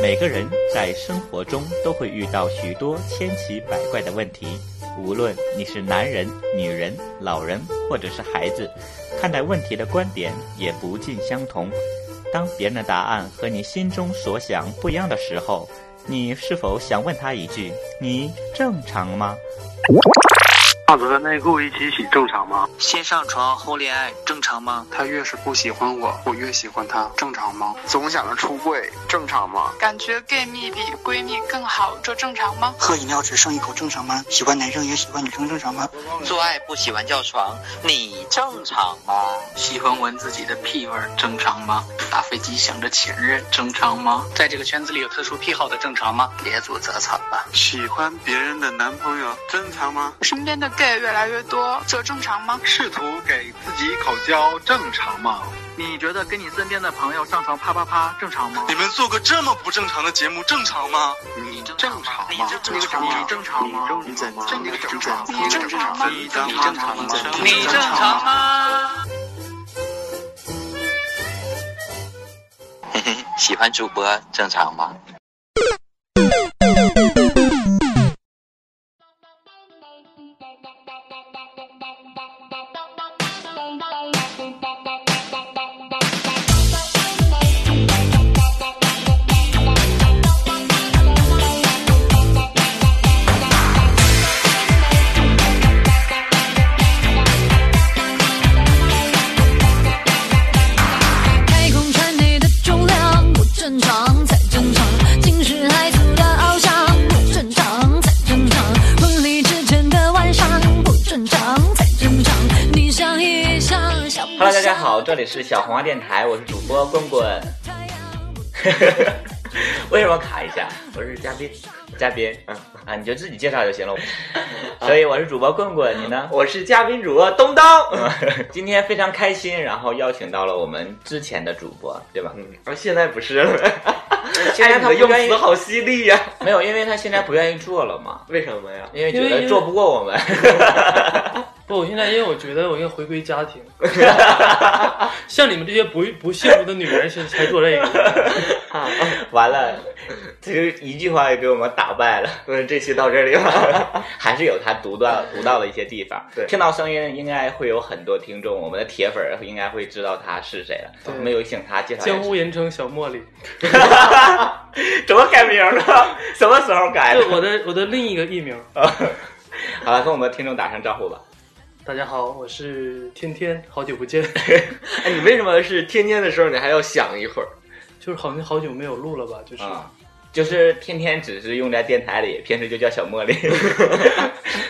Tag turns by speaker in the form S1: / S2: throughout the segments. S1: 每个人在生活中都会遇到许多千奇百怪的问题，无论你是男人、女人、老人或者是孩子，看待问题的观点也不尽相同。当别人的答案和你心中所想不一样的时候，你是否想问他一句：“你正常吗
S2: 袜子和内裤一起洗正常吗？
S3: 先上床后恋爱正常吗？
S2: 他越是不喜欢我，我越喜欢他，正常吗？
S4: 总想着出柜，正常吗？
S5: 感觉 gay 蜜比闺蜜更好，这正常吗？
S6: 喝饮料只剩一口正常吗？喜欢男生也喜欢女生正常吗？
S3: 做爱不喜欢叫床，你正常吗？
S7: 喜欢闻自己的屁味儿正常吗？打飞机想着前任正常吗？
S8: 在这个圈子里有特殊癖好的正常吗？
S3: 别组择草了，
S9: 喜欢别人的男朋友正常吗？
S5: 身边的 gay 越来越多，这正常吗？
S9: 试图给自己口交正常吗？
S8: 你觉得跟你身边的朋友上床啪啪啪正常吗？
S9: 你们做个这么不正常的节目正常吗？
S2: 你正常
S3: 你
S2: 吗？
S3: 正常
S2: 你
S3: 吗？
S2: 正常吗？
S4: 你正常
S2: 你正常吗？
S5: 你正常吗？
S9: 你正常吗？
S3: 你正常吗？嘿嘿，喜欢主播正常吗？
S10: 太空船内的重量不正常才正常，惊世骇俗的翱翔不正常才正常，婚礼之前的晚上不正常才正常。你想一想，想”。
S1: Hello，大家好，这里是小红花电台，我是主播棍棍。 为什么卡一下？我是嘉宾，嘉宾，嗯啊，你就自己介绍就 行了。所以我是主播棍棍，你呢？
S11: 啊我是嘉宾主播东东。
S1: 今天非常开心，然后邀请到了我们之前的主播，对吧？
S11: 嗯，而现在不是 了。
S1: 现在
S11: 哎你
S1: 他
S11: 的
S1: 不
S11: 用
S1: 愿意
S11: 词好犀利呀、
S1: 没有，因为他现在不愿意做了嘛，
S11: 为什么呀？
S1: 因为觉得做不过我们。
S12: 不，我现在因为我觉得我应该回归 家庭，像你们这些不不幸福的女人才才做 这
S1: 哎
S12: 个。
S1: 完了，这就一句话也给我们打败了。
S11: 嗯，这期到这里 吧。
S1: 还是有他独到独到的一些地方。
S11: 对
S1: 听到声音应该会有很多听众，我们的铁粉儿应该会知道他是谁了。我
S12: 对
S1: 们有请他介绍一下
S12: 江湖人称小茉莉，
S1: 怎么改名 了？什么时候改
S12: 这
S1: 的？
S12: 我的我的另一个艺名。
S1: 好了，跟我们听众打声招呼吧。
S12: 大家好，我是天天，好久不见，
S11: 哎，你为什么是天天的时候你还要想一会儿？
S12: 就是好像好久没有录了吧，就是、
S1: 啊、就是天天只是用在电台里，平时就叫小茉 莉。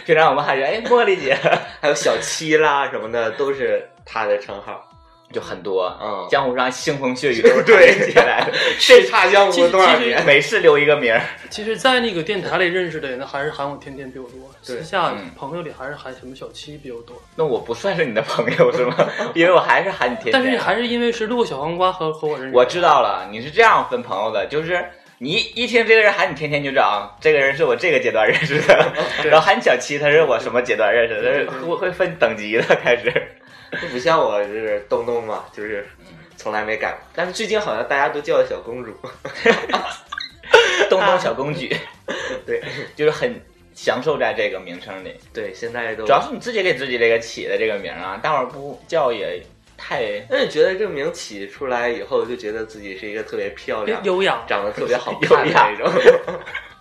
S1: 平常我们还是哎茉莉姐，
S11: 还有小七啦什么的，都是他的称号。
S1: 就很多。
S11: 嗯
S1: 江湖上腥风血雨 都是对起来的，
S11: 叱咤江
S12: 其
S11: 湖
S12: 实
S11: 多少
S12: 其实
S11: 年？
S1: 每次留一个名儿。
S12: 其实，在那个电台里认识的人还是喊我天天比我多，私下
S1: 嗯
S12: 朋友里还是喊什么小七比我多，
S1: 那我不算是你的朋友 是吗？因为我还是喊你天天。
S12: 但是还是因为是录小黄瓜和和我认识，
S1: 我知道了，你是这样分朋友的，就是你一一听这个人喊你天天就知道啊，这个人是我这个阶段认识的，
S11: 哦
S12: 对
S1: 然后喊你小七，他是我什么阶段认识的，
S12: 对对
S1: 他是
S12: 对
S1: 会会分等级的开始。
S11: 不像我就是东东嘛，就是从来没改过。但是最近好像大家都叫我小公主。
S1: 东东小公举，
S11: 对
S1: 就是很享受在这个名称里，
S11: 对，现在都
S1: 主要是你自己给自己这个起的这个名儿啊，大伙儿不叫也太
S11: 但是觉得这个名起出来以后，就觉得自己是一个特别漂亮、
S12: 优雅，
S11: 长得特 别好看的那种。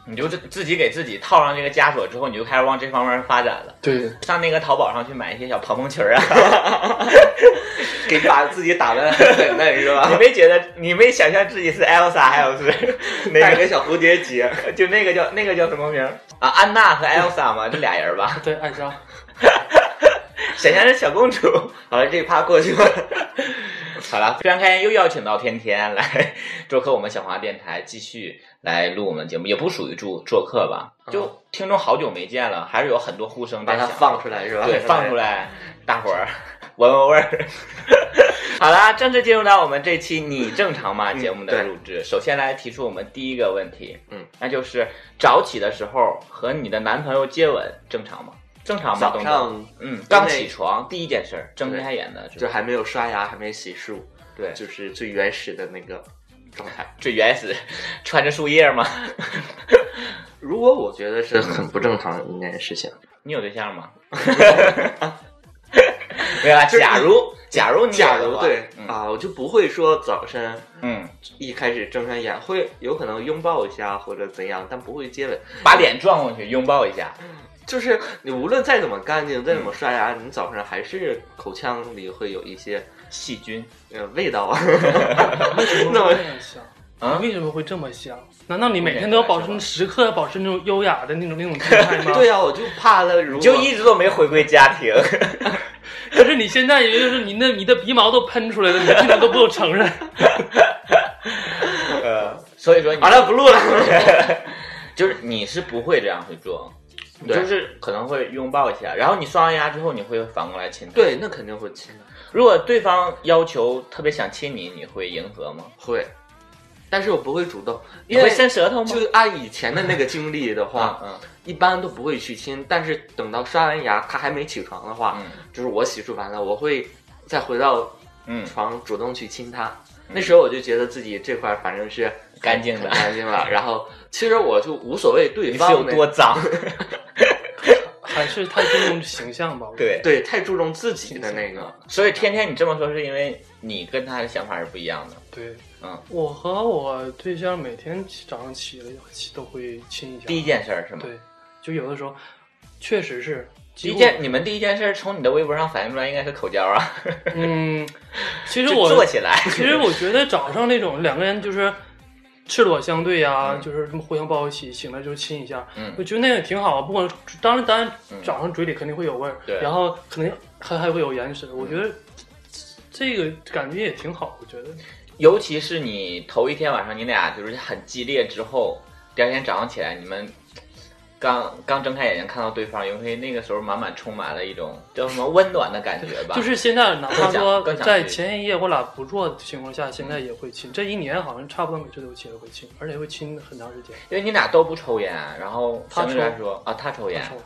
S1: 你就自自己给自己套上这个枷锁之后，你就开始往这方面发展了。
S12: 对，
S1: 上那个淘宝上去买一些小蓬蓬裙儿啊，
S11: 给把自己打扮得很粉嫩是
S1: 你
S11: 吧？
S1: 没觉得？你没想象自己是 Elsa 还有是那
S11: 戴
S1: 个
S11: 个小蝴蝶结，
S1: 就那个叫那个叫什么名儿啊？安娜和 Elsa 嘛，这俩人吧。
S12: 对，艾莎，
S1: 想象是小公主。
S11: 好了，这趴过去 了。
S1: 好了，非常开心又邀请到天天来做客我们小华电台，继续来录我们节目，也不属于做做客吧，就听众好久没见了，还是有很多呼声
S11: 嗯把
S1: 在
S11: 它
S1: 响。
S11: 放出来是吧？
S1: 对，放出。来，大伙儿 闻闻味儿。 好啦，正式进入到我们这期“你正常吗”
S11: 嗯
S1: 节目的
S11: 对
S1: 录制。首先来提出我们第一个问题，
S11: 嗯，
S1: 那就是早起的时候和你的男朋友接吻正常吗？正常吗？
S11: 早
S1: 东东，
S11: 上
S1: 嗯，刚
S11: 因为
S1: 起床第一件事儿，睁开眼的
S11: 就还没有刷牙，还没洗漱，
S1: 对
S11: 就是最原始的那个
S1: 状态， 最原始，穿着树叶 吗？如果我觉得是很不正常的一件事情，你有对象吗？ 没有啊，
S2: 就是
S1: 假如假如你有的
S2: 假
S1: 话
S2: 如对、
S1: 嗯
S2: 啊，我就不会说早晨，
S1: 嗯，
S2: 一开始睁开眼会有可能拥抱一下或者怎样，但不会接吻，
S1: 把脸撞过去拥抱一下。
S2: 就是你无论再怎么干净，再怎么刷牙，你早上还是口腔里会有一些
S1: 细菌，
S2: 呃，味道啊。
S12: 那么香啊？为什么会这么香？难道你每天都要保持时刻要保持那种优雅的那种那种姿态 吗？
S1: 啊
S2: 对呀、我就怕他如果
S1: 你就一直都没回归家庭，
S12: 可是你现在，也就是你那你的鼻毛都喷出来了，你竟然都不 承认。
S1: 呃， 所以说
S2: 好了不录了，
S1: 就是你是不会这样去做，你
S2: 对
S1: 就是可能会拥抱一下，然后你刷完牙之后你会反过来亲他。
S2: 对，那肯定会亲的，
S1: 如果对方要求特别想亲你，你会迎合吗？
S2: 会，但是我不会主动，
S1: 你
S2: 因为
S1: 会伸舌头吗
S2: 就按以前的那个经历的话，
S1: 嗯嗯
S2: 一般都不会去亲，但是等到刷完牙他还没起床的话，就是我洗漱完了，我会再回到
S1: 嗯
S2: 床主动去亲他。那时候我就觉得自己这块儿反正是
S1: 干净的
S2: 很干净了。然后其实我就无所谓对
S1: 你
S2: 方
S1: 是有
S2: 那
S1: 多 脏，
S12: 还是太注重形象吧。我觉得
S1: 对
S2: 对，太注重自己的那个。
S1: 所以天天你这么说，是因为你跟他的想法是不一样的。
S12: 对，
S1: 嗯，
S12: 我和我对象每天早上起来起都会亲一下。
S1: 第一件事儿是吗
S12: 对，就有的时候确实是。
S1: 第
S12: 几
S1: 一
S12: 乎
S1: 件，你们第一件事儿从你的微博上反映出来应该是口交啊。
S12: 嗯，其实 我
S1: 就坐起来
S12: 其实我觉得早上那种两个人就是赤裸相对呀、就是这么互相抱一起，醒了就亲一下，
S1: 嗯
S12: 我觉得那个挺好。啊不管当然当然
S1: 嗯
S12: 早上嘴里肯定会有味儿，
S1: 对嗯
S12: 然后可能还还会有眼屎，我觉得这个感觉也挺好。我觉得
S1: 尤其是你头一天晚上你俩就是很激烈之后，第二天早上起来你们刚刚睁开眼睛看到对方，因为那个时候满满充满了一 种叫什么温暖的感觉吧。
S12: 就是现在哪怕
S1: 更想
S12: 说
S1: 更想
S12: 在
S1: 去嗯
S12: 前一夜我俩不做的情况下，现在也会亲。这一年好像差不多每次都起来会亲，而且会亲很长时间。
S1: 因为你俩都不抽烟，然后
S12: 他
S1: 相对来
S12: 抽
S1: 说啊，他抽烟
S12: 他抽，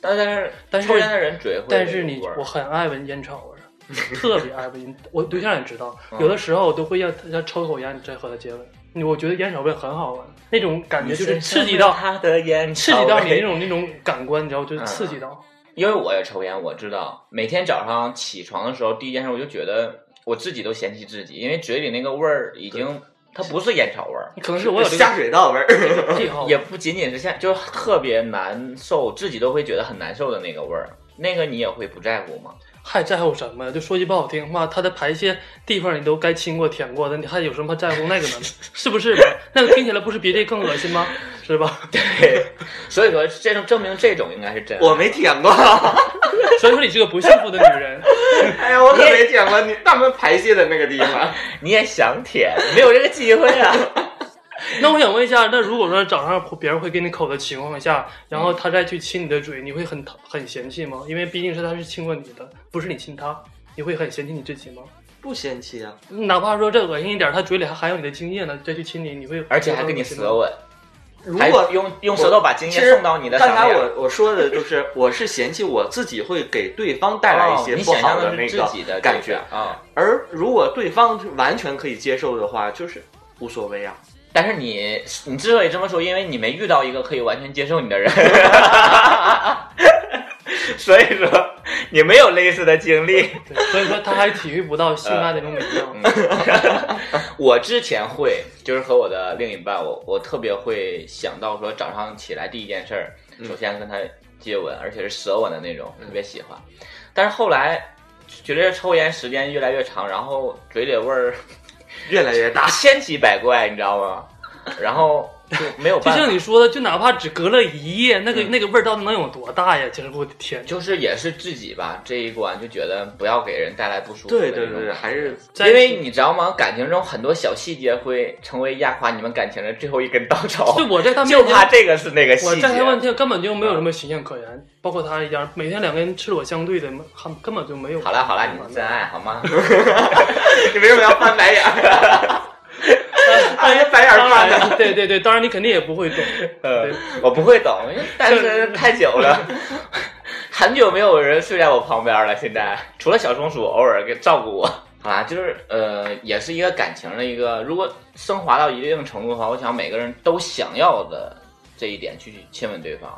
S1: 但但是
S12: 但是
S1: 抽烟的人嘴会，
S12: 但是你我很爱闻烟草味儿，特别爱闻烟。我对象也知道，
S1: 嗯
S12: 有的时候我都会让他抽口烟再和他接吻。我觉得烟草味很好闻，那种感觉就是刺激到
S1: 你身上有他的烟
S12: 刺
S1: 草味
S12: 激到你那种那种感官，你知道，就是刺激到。
S1: 因为我也抽烟，我知道每天早上起床的时候，第一件事我就觉得我自己都嫌弃自己，因为嘴里那个味儿已经它不是烟草味儿，
S12: 可能是我有这个
S2: 下水道味儿
S12: 癖 好
S1: 也不仅仅是下，就是特别难受，自己都会觉得很难受的那个味儿，那个你也会不在乎 吗？
S12: 还在乎什么呀？就说句不好听话，他的排泄地方你都该亲过、舔过的，你还有什么在乎 那个呢？是不是嘛？那个听起来不是比这更恶心吗？是吧？
S1: 对，所以说这种证明这种应该是真爱。
S2: 我没舔 过，
S12: 所以说你是个不幸福的女人。
S2: 哎呀，我可没舔过你他们排泄的那个地方，
S1: 你也想舔，没有这个机会啊。
S12: 那我想问一下，那如果说早上别人会给你口的情况下，
S1: 嗯
S12: 然后他再去亲你的嘴，你会很疼很嫌弃吗？因为毕竟是他是亲过你的，不是你亲他，你会很嫌弃你自己吗？
S2: 不嫌弃啊。
S12: 哪怕说这恶心一点，他嘴里还含有你的精液呢，再去亲你，你会
S1: 而且还跟你哦舌吻，
S2: 如
S1: 还
S2: 果
S1: 用用舌头把精液
S2: 其实
S1: 送到你的
S2: 刚
S1: 嗓
S2: 才
S1: 子眼
S2: 我我说的就是，我是嫌弃我自己会给对方带来一些
S1: 哦你
S2: 不
S1: 想象
S2: 好
S1: 的
S2: 那
S1: 是
S2: 个
S1: 自己的
S2: 感
S1: 这
S2: 觉
S1: 个啊。
S2: 而如果对方是完全可以接受的话，就是无所谓啊。
S1: 但是你你之所以这么说，因为你没遇到一个可以完全接受你的 人， 所以说你没有类似的经历。
S12: 所以说他还体会不到性爱那种美妙。
S1: 嗯 我之前会，就是和我的另一半，我我特别会想到说早上起来第一件事儿，
S2: 嗯
S1: 首先跟他接吻，而且是舌吻的那种，特别喜欢。但是后来觉得抽烟时间越来越长，然后嘴里的味儿
S2: 越来越大，
S1: 千奇百怪，你知道吗？然后就没有
S12: 就
S1: 办法。
S12: 像你说的，就哪怕只隔了一夜，那个、
S1: 嗯
S12: 那个味儿到底能有多大呀？其实我的天，
S1: 就是也是自己吧，这一关就觉得不要给人带来不舒服的
S2: 对
S1: 那种
S2: 对
S1: 感觉。
S2: 对，还是
S1: 因为你知道吗？感情中很多小细节会成为压垮你们感情的最后一根稻草。
S12: 就我 在他面前
S1: 哦就怕这个是那个
S12: 我
S1: 细节
S12: 在。他面前根本就没有什么形象可言，包括他一样，每天两个人赤裸相对的，还根本就没有。嗯
S1: 好了好了，你们真爱好 吗？
S2: 你为什么要翻白眼？
S12: 哎 呀，
S2: 白眼
S12: 当
S2: 翻
S12: 然，对对对，当然你肯定也不会懂。
S1: 呃，我不会懂，因为单身太久 了，很久没有人睡在我旁边了。现在除了小松鼠偶尔给照顾我，啊，就是呃，也是一个感情的一个，如果升华到一定程度的话，我想每个人都想要的这一点去亲吻对方，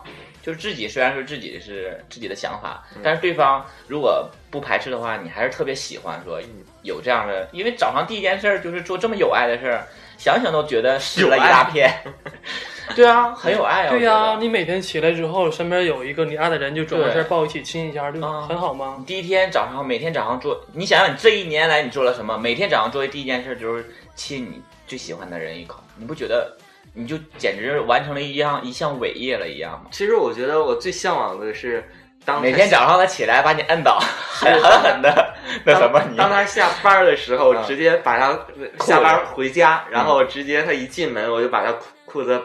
S1: 就是自己虽然说自己是自己的想法，但是对方如果不排斥的话，你还是特别喜欢说有这样的，因为早上第一件事儿就是做这么有爱的事儿，想想都觉得湿了一大片。 对啊，很有爱啊。
S12: 对
S1: 我觉得
S12: 呀，你每天起来之后，身边有一个你爱的人，就转过身
S1: 对啊
S12: 抱一起亲一下，就很好吗？
S1: 第一天早上，每天早上做，你想想你这一年来你做了什么？每天早上做的第一件事就是亲你最喜欢的人一口，你不觉得你就简直完成了一样一项伟业了一样吗？
S2: 其实我觉得我最向往的是 当
S1: 每天早上他起来把你摁倒，狠狠狠的那什么你
S2: 当他下班的时候，直接把他下班回家，
S1: 嗯
S2: 然后直接他一进门，我就把他裤裤子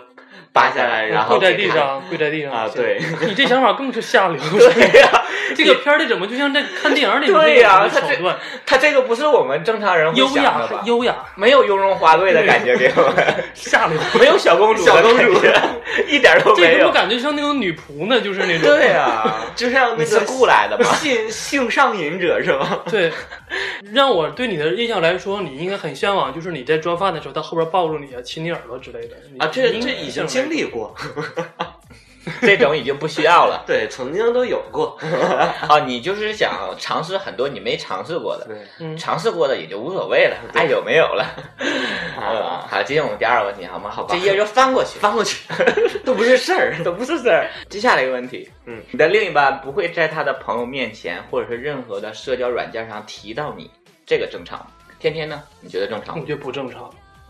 S2: 扒下
S1: 哎
S2: 来，然后
S12: 跪在
S2: 给
S12: 地
S2: 他
S12: 上，跪在地上
S2: 啊，对，
S12: 你这想法更是下流。对呀，这个片儿里怎么就像在看电影里
S1: 对呀、
S12: 呀，
S1: 他
S12: 手段
S1: 这他这个不是我们正常人会
S12: 优
S1: 想的
S12: 雅
S1: 吧，？
S12: 优雅，
S1: 没有雍容华贵的感觉给我们，
S12: 下流，
S1: 没有小公主的
S12: 小公
S1: 感
S12: 主
S1: 觉，一点都没有。
S12: 这种感觉像那种女仆呢，就是那种。
S1: 对啊，
S2: 就像
S1: 你是雇来的吧？
S2: 性性上瘾者是吗？
S12: 对，让我对你的印象来说，你应该很向往，就是你在做饭的时候，他后边抱住你啊，亲你耳朵之类的。你
S2: 啊，这
S12: 你应
S2: 这
S12: 该
S2: 已
S12: 向
S2: 经
S12: 往
S2: 经历过，
S1: 这种已经不需要了。
S2: 对，曾经都有过。
S1: 啊，你就是想尝试很多你没尝试过的，
S12: 嗯
S1: 尝试过的也就无所谓了，爱有没有了。嗯，好，接下来我们第二个问题好吗？好
S2: 吧
S1: 这页就翻过去，
S2: 翻过去，都不是事儿，
S1: 都不是事儿。接下来一个问题，
S2: 嗯，
S1: 你的另一半不会在他的朋友面前或者是任何的社交软件上提到你，这个正常吗？天天呢？你觉得正常
S12: 我
S1: 吗？
S12: 觉得不正常。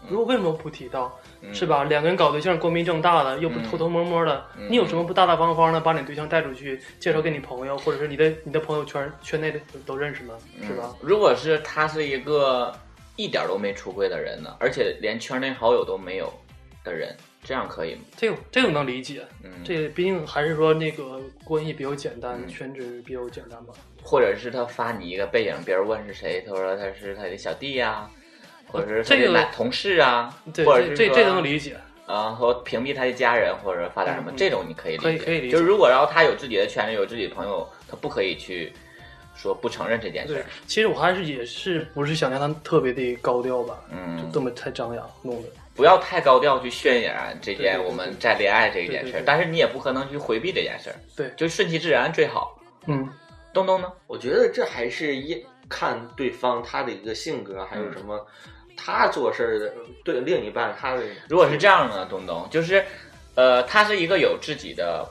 S12: 如果为什么不提到？
S1: 嗯
S12: 是吧？两个人搞对象，光明正大的，又不偷偷摸摸的，
S1: 嗯
S12: 你有什么不大大方方的把你对象带出去，介绍给你朋友，或者是你的你的朋友圈圈内的都认识呢？是吧
S1: 嗯？如果是他是一个一点儿都没出柜的人呢，而且连圈内好友都没有的人，这样可以吗？
S12: 这个这个能理解，
S1: 嗯
S12: 这毕竟还是说那个关系比较简单，圈子比较简单吧。
S1: 或者是他发你一个背影，别人问是谁，他说他是他的小弟呀、或者是他
S12: 哦这
S1: 的
S12: 个
S1: 男同事啊，
S12: 对
S1: 或者是
S12: 这
S1: 说
S12: 这这能理解。
S1: 啊，和屏蔽他的家人，或者发点什么，
S12: 嗯嗯
S1: 这种你可以理解。
S12: 可以可以理解
S1: 就是如果然后他有自己的圈子，有自己的朋友，他不可以去说不承认这件事
S12: 对
S1: 儿。，
S12: 其实我还是也是不是想让他们特别的高调吧，
S1: 嗯
S12: 就这么太张扬弄的。
S1: 不要太高调去渲染这
S12: 对对
S1: 件
S12: 对
S1: 我们在恋爱这一件
S12: 对
S1: 事
S12: 对
S1: 儿
S12: 对，
S1: 但是你也不可能去回避这件事儿，
S12: 对，
S1: 就顺其自然最好。
S12: 嗯，
S1: 东东呢？
S2: 我觉得这还是一看对方他的一个性格，还有什么他做事儿的对另一半他的。
S1: 如果是这样呢，东东就是，呃，他是一个有自己的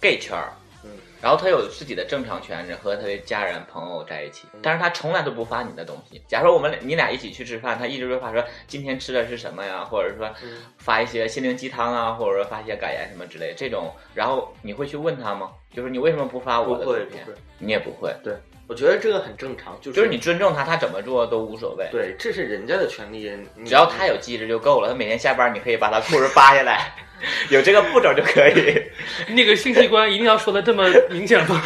S1: gay 圈儿，
S2: 嗯，
S1: 然后他有自己的正常圈子和他的家人朋友在一起，
S2: 嗯
S1: 但是他从来都不发你的东西。假如我们俩你俩一起去吃饭，他一直会发说今天吃的是什么呀，或者说
S2: 嗯
S1: 发一些心灵鸡汤啊，或者说发一些感言什么之类这种，然后你会去问他吗？就是你为什么不发我的
S2: 不
S1: 图
S2: 会
S1: 片
S2: 不会？
S1: 你也不会，
S2: 对，我觉得这个很正常，就是
S1: 就是你尊重他，他怎么做都无所谓。
S2: 对，这是人家的权利，你
S1: 只要他有机制就够了。他每天下班，你可以把他裤子扒下来， 有这个步骤就可以。
S12: 那个性器官一定要说的这么明显吗？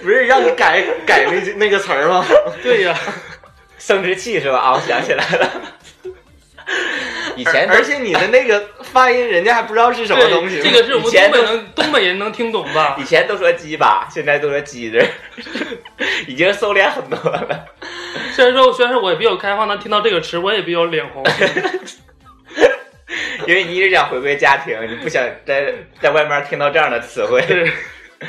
S2: 不是让你改改那那个词儿吗？
S12: 对呀、
S1: 生殖器是吧？啊，我想起来了。 以前
S2: 而而且你的那个发音，人家还不知道是什么东西。
S12: 对这个是我们
S1: 以前
S12: 东北
S1: 都
S12: 能东北人能听懂吧？
S1: 以前都说鸡巴，现在都说鸡子， 已经收敛很多了。
S12: 虽然说虽然说我也比较开放，但听到这个词我也比较脸红。
S1: 因为你一直想回归家庭，你不想 在在外面听到这样的词汇。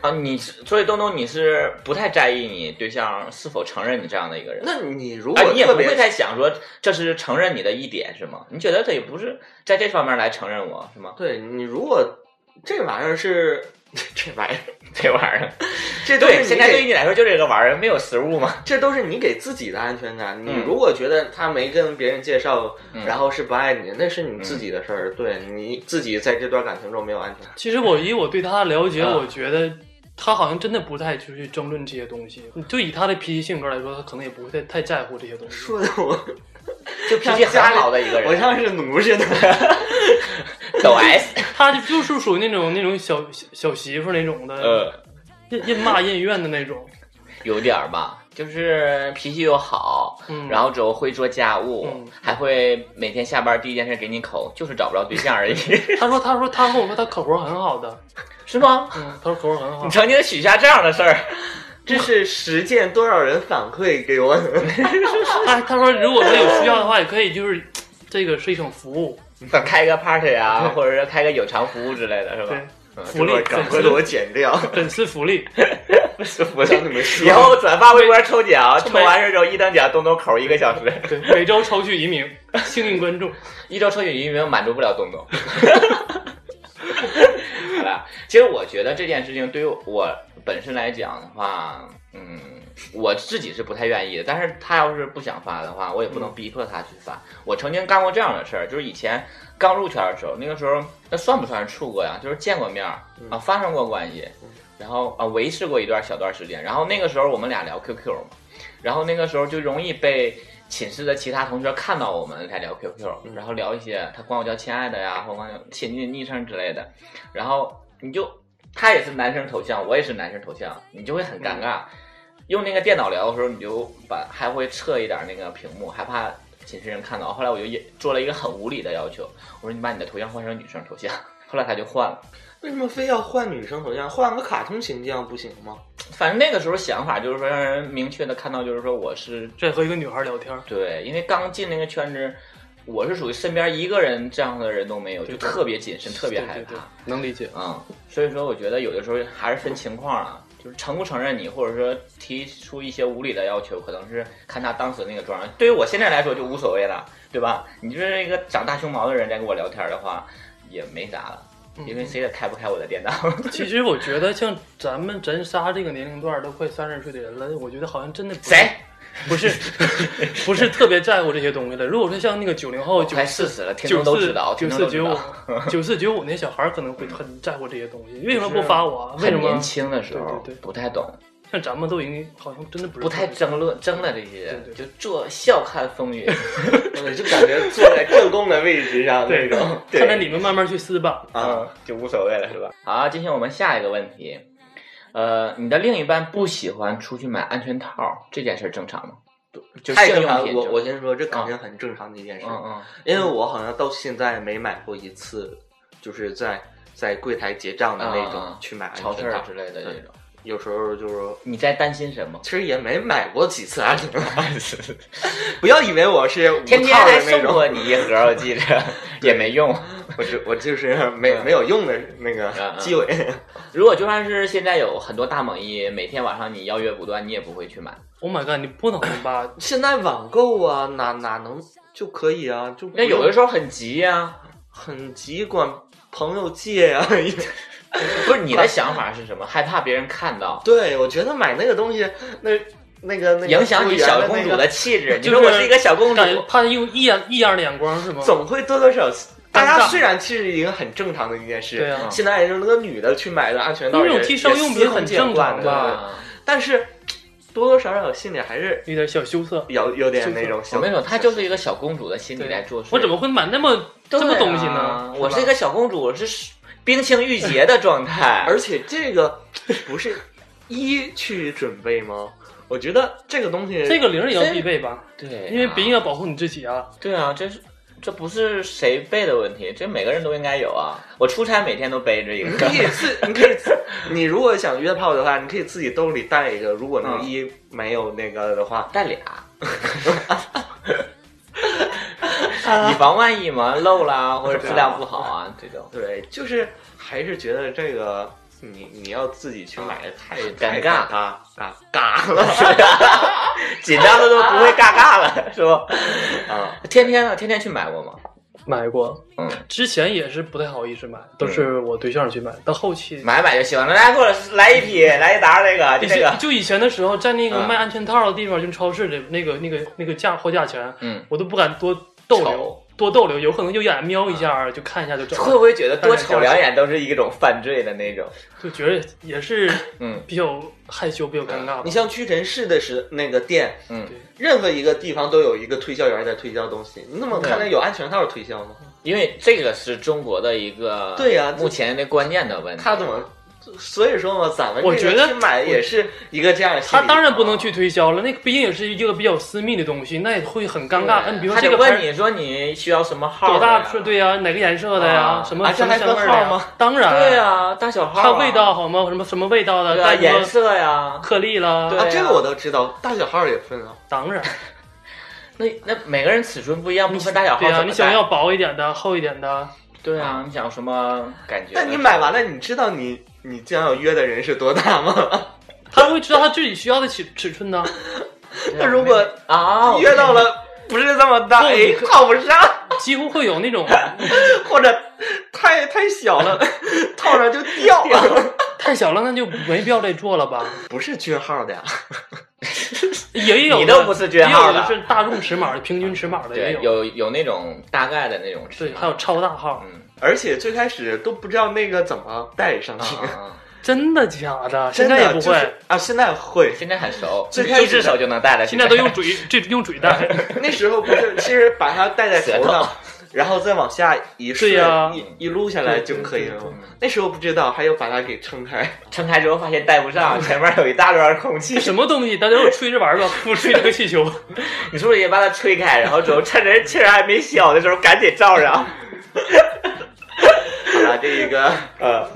S1: 啊，你是所以东东你是不太在意你对象是否承认你这样的一个人。
S2: 那你如果
S1: 哎，你也不
S2: 特别
S1: 会再想说这是承认你的一点是吗？你觉得这也不是在这方面来承认我是吗？
S2: 对你如果这玩意儿是 这玩意儿，
S1: 这玩意儿，
S2: 这都是
S1: 对，
S2: 你
S1: 现在
S2: 给
S1: 对于你来说就这个玩意儿没有实物嘛。
S2: 这都是你给自己的安全感。你
S1: 嗯
S2: 如果觉得他没跟别人介绍，
S1: 嗯
S2: 然后是不爱你，那是你自己的事儿。对你自己在这段感情中没有安全感。
S12: 其实我以我对他的了解，
S2: 嗯
S12: 我觉得他好像真的不太去争论这些东西。就以他的脾气性格来说，他可能也不会太太在乎这些东西。
S2: 说的我
S1: 就 脾气很好的一个人
S2: 我像是奴似 的。
S1: 抖 S，
S12: 他就是属于那种那种小小小媳妇那种的，
S1: 呃，
S12: 任任骂任怨的那种。
S1: 有点儿吧，就是脾气又好，
S12: 嗯
S1: 然后之后会做家务，
S2: 嗯
S1: 还会每天下班第一件事给你口，就是找不着对象而已。
S12: 他说他说他 跟我说他口活很好的，
S1: 是吗？
S12: 嗯，他说口活很好
S1: 你。曾经许下这样的事儿，
S2: 这是实践多少人反馈给我？
S12: 哎，他说如果说有需要的话，也可以就是这个是一种服务，
S1: 开个 party 啊，或者是开个有偿服务之类的，是吧？嗯
S12: 福利
S1: 这会儿赶快
S12: 粉丝
S1: 给我剪 掉，
S12: 粉丝福利，
S1: 不是福利，以后转发微博抽奖，抽完事之后一等奖东东口一个小时，
S12: 对，每周抽取一名幸运观众，
S1: 一周抽取一名满足不了东 东。好吧，其实我觉得这件事情对于我本身来讲的话，嗯，我自己是不太愿意的。但是他要是不想发的话，我也不能逼迫他去发。我曾经干过这样的事儿，就是以前刚入圈的时候，那个时候那算不算是处过呀？就是见过面儿啊，发生过关系，然后啊维持过一段小段时间。然后那个时候我们俩聊 QQ 嘛，然后那个时候就容易被寝室的其他同学看到我们在聊 QQ，然后聊一些他管我叫亲爱的呀，或管我叫亲昵昵称之类的，然后你就他也是男生头像，我也是男生头像，你就会很
S12: 嗯
S1: 尴尬。用那个电脑聊的时候，你就把还会撤一点那个屏幕，害怕寝室人看到。后来我就也做了一个很无理的要求，我说你把你的头像换成女生头像。后来他就换了。
S2: 为什么非要换女生头像？换个卡通形象不行吗？
S1: 反正那个时候想法就是说，让人明确的看到，就是说我是
S12: 在和一个女孩聊天。
S1: 对，因为刚进那个圈子，我是属于身边一个人这样的人都没有，就
S12: 对
S1: 特别谨慎，特别
S12: 对
S1: 害
S12: 对对
S1: 怕。
S12: 能理解
S1: 啊、所以说我觉得有的时候还是分情况啊，就是承不承认你，或者说提出一些无理的要求，可能是看他当时那个状态。对于我现在来说就无所谓了，对吧？你就是一个长大胸毛的人在跟我聊天的话，也没啥了，因为谁也开不开我的电脑。
S12: 其实我觉得像咱们咱仨这个年龄段儿都快三十岁的人了，我觉得好像真的不
S1: 谁
S12: 不是不是特别在乎这些东西了。如果说像那个九零后、九
S1: 快
S12: 四
S1: 40了听
S12: 九
S1: 众都知
S12: 四
S1: 道、听
S12: 九
S1: 众
S12: 四、
S1: 都知
S12: 九五
S1: 道、
S12: 九四、九五那小孩儿可能会很在乎这些东西，为什么不发我啊？
S1: 就是
S12: 为什
S1: 很
S12: 么
S1: 年轻的时候不太懂，
S12: 像咱们都已经好像真的不是
S1: 不太
S12: 特别
S1: 争论争了这些，就坐笑看风云。
S2: 我就感觉坐在正宫的位置上 那种，对
S12: 看着你们慢慢去撕吧。
S1: 啊，就无所谓了，是吧？好，进行我们下一个问题。呃，你的另一半不喜欢出去买安全套这件事儿正常吗？就
S2: 太
S1: 性
S2: 正常
S1: 用
S2: 了。
S1: 品，
S2: 我
S1: 就
S2: 我先说，这感觉很正常的一件事，
S1: 嗯嗯
S2: 因为我好像到现在没买过一次，就是在在柜台结账的那种、
S1: 嗯嗯
S2: 去买安
S1: 超
S2: 全
S1: 市
S2: 套
S1: 之类的这种。
S2: 有时候就是
S1: 你在担心什么？
S2: 其实也没买过几次安全套， 不要以为我是无
S1: 天天
S2: 套的
S1: 还
S2: 那
S1: 送
S2: 种
S1: 过你一盒，我 记着也没用。嗯
S2: 我就我就是没没有用的那个机会。
S1: 如果就算是现在有很多大猛一，每天晚上你邀约不断，你也不会去买。
S12: Oh my god！你不能吧？
S2: 现在网购啊，哪哪能就可以啊？就
S1: 那有的时候很急呀、
S2: 很急，管朋友借啊呀、
S1: 不是你的想法是什么？害怕别人看到，
S2: 对，我觉得买那个东西，那那个那个
S1: 影响你小公主的气质。你说我是一个小公主，
S12: 感觉怕用异样异样的眼光是吗？
S2: 总会多多少少。大
S12: 尴
S2: 家
S12: 尬
S2: 虽然是一个很正常的一件事，
S12: 对啊
S2: 现在就是那个女的去买的安全套也，
S12: 那种替身用品很正常吧
S2: 也司空见惯的？但是多多少少心里还是
S12: 有点小羞涩，
S2: 有有点那种小。
S1: 我跟你说，她就是一个小公主的心理在做事。
S12: 我怎么会买那么这么东西
S1: 对
S12: 呢
S1: 啊？我是一个小公主，我是冰清玉洁的状态
S2: 而且这个不是一去准备吗？我觉得这个东西，
S12: 这个零也要必备吧？
S1: 对啊
S12: 因为毕竟要保护你自己啊。
S1: 对啊，这是这不是谁背的问题，这每个人都应该有啊。我出差每天都背着一
S2: 你
S1: 个
S2: 可，以自，你可以自，你如果想约炮的话，你可以自己兜里带一个。如果那个
S1: 嗯
S2: 一没有那个的话，
S1: 带俩。以防万一嘛，漏啦或者质量不好啊，这种。
S2: 对，就是还是觉得这个你你要自己去买，太
S1: 尴
S2: 太
S1: 尬
S2: 尬尬 尬了。
S1: 紧张的都不会尬尬了，是吧？
S2: 啊，
S1: 天天啊，天天去买过吗？
S12: 买过，
S1: 嗯，
S12: 之前也是不太好意思买，都是我对象去买，到后期
S1: 买买就行了。来，给我来一批，
S13: 嗯
S1: 来一沓这个，就
S12: 以
S1: 这
S12: 前
S1: 个。
S12: 哎就以前的时候，在那个
S1: 嗯
S12: 卖安全套的地方，就是超市的那个那个那个价货架前，
S1: 嗯，
S12: 我都不敢多逗留，多逗留，有可能就眼瞄一下，就看一下就走了。
S1: 会不会觉得多瞅两眼都是一种犯罪的那种？
S12: 就觉得也是
S1: 嗯
S12: 比较害羞、比较尴尬吧
S2: 你？像屈臣氏的时那个店，
S1: 嗯，
S2: 任何一个地方都有一个推销员在推销东西。你怎么看来有安全套推销吗？
S1: 因为这个是中国的一个
S12: 啊
S2: 对呀
S1: 目前的观念的问题。
S2: 他怎么
S13: 所以说嘛，咱们
S12: 我觉得
S13: 去买也是一个这样的心
S12: 他
S13: 理。
S12: 当然不能去推销了，那个毕竟也是一个比较私密的东西，那也会很尴尬。那你比如说
S11: 还
S12: 这
S11: 啊得
S12: 个
S11: 问
S12: 牌
S11: 你说你需要什么号
S12: 多
S11: 儿的呀？
S12: 大寸？对呀、哪个颜色的呀？
S11: 啊
S12: 什么
S11: 啊
S12: 什
S11: 这
S12: 么
S11: 还
S12: 香味儿
S11: 分
S12: 的呀
S11: 号吗
S12: 当然，
S11: 对呀大小号啊
S12: 看味道好吗？什么什么味道的？
S11: 对啊
S12: 带什么
S11: 颜色呀
S12: 颗粒啦。
S11: 对啊这个我
S13: 都知道，大小号也分啊。
S12: 当然，
S11: 那那每个人尺寸不一样，不分大小号
S12: 对呀、
S11: 怎么
S12: 你想
S11: 戴
S12: 要薄一点的、厚一点的？
S11: 对啊，你想什么感觉？
S13: 那你买完了，你知道你你将要约的人是多大吗？
S12: 他会知道他自己需要的尺尺寸呢。
S13: 那如果
S11: 啊
S13: 约到了不是这么大，哎，靠不上，
S12: 几乎会有那种
S13: 或者太太小 了，套上就掉了。
S12: 太小了，那就没必要再做了吧？
S13: 不是均号的呀，
S12: 也有的啊
S11: 你都不是均号
S12: 也有
S11: 的
S12: 的是大众尺码的、平均尺码的也
S11: 对有
S12: 有，
S11: 嗯有那种大概的那种尺
S12: 对，还有超大号。
S13: 而且最开始都不知道那个怎么带上
S11: 啊
S13: 去。
S1: 啊
S12: 真的假的？
S13: 真
S12: 现
S13: 的
S12: 在也不
S13: 就
S12: 会
S13: 是。啊，现在 会，
S11: 现在很熟
S13: 最开始
S11: 一只手就能戴了
S12: 现在都用嘴，这用嘴 戴。
S13: 那时候不是，其实把它戴在头
S12: 舌
S13: 上
S12: 头，
S13: 然后再往下一顺
S12: 对呀
S13: 一一撸下来就可以了
S11: 对对。
S13: 那时候不知道，还有把它给撑开，
S11: 撑开之后发现戴不上，前面有一大段空气。
S12: 什么东西？大家伙吹着玩吧，不吹这个气球。
S11: 你是不是也把它吹开，然后之后趁人气儿还没消的时候赶紧罩上？好了，这一个呃，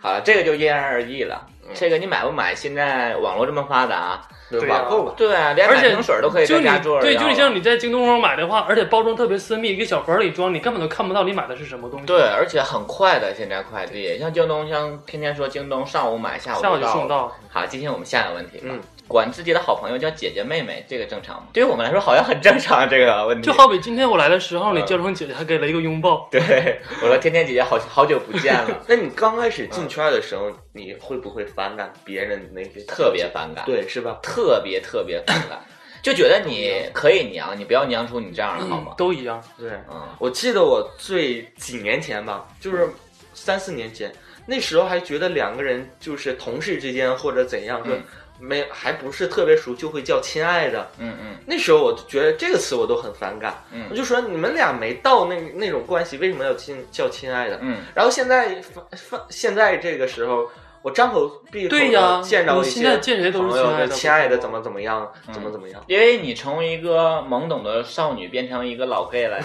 S11: 好了，这个就因人而异了。这个你买不买？现在网络这么发达，
S12: 对啊网购吧
S11: 对 啊，连
S12: 而
S11: 买
S12: 且
S11: 瓶水都可以
S12: 就
S11: 在
S12: 你
S11: 家做着
S12: 对，
S11: 要
S12: 就你像你在京东上买的话，而且包装特别私密，一个小盒里装，你根本都看不到你买的是什么东西。
S11: 对，而且很快的，现在快递像京东，像天天说京东上午买，下午
S12: 下午就
S11: 到嗯
S12: 送到
S11: 了。好，今天我们下一个问题吧，
S13: 嗯
S11: 管自己的好朋友叫姐姐妹妹，这个正常吗？对于我们来说好像很正
S1: 啊
S11: 常，这个问题。
S12: 就好比今天我来的时候，你叫成姐姐还给了一个拥抱。
S11: 嗯对，我说天天姐姐好好久不见了。
S13: 那你刚开始进圈的时候，你会不会反感别人那些？
S11: 特别反感
S13: 对，是吧？
S11: 特别特别反感， 就觉得你可以娘，你不要娘出你这样的好吗？嗯
S12: 嗯都一样。
S13: 嗯对，我记得我最几年前吧，就是三四年前，那时候还觉得两个人就是同事之间或者怎样，说
S11: 嗯
S13: 没还不是特别熟，就会叫亲爱的。
S11: 嗯嗯
S13: 那时候我就觉得这个词我都很反感，
S11: 嗯
S13: 我就说你们俩没到那那种关系，为什么要亲叫亲爱的？
S11: 嗯，
S13: 然后现在发发现在这个时候，我张口闭口
S11: 对
S13: 地
S11: 呀
S13: 见着一
S11: 你
S13: 些
S11: 现在见谁都是
S13: 朋友
S11: 亲爱的
S13: 亲爱的怎么怎么样，
S1: 嗯
S13: 怎么怎么样，
S11: 因为你从一个懵懂的少女变成一个老 gay 了呀，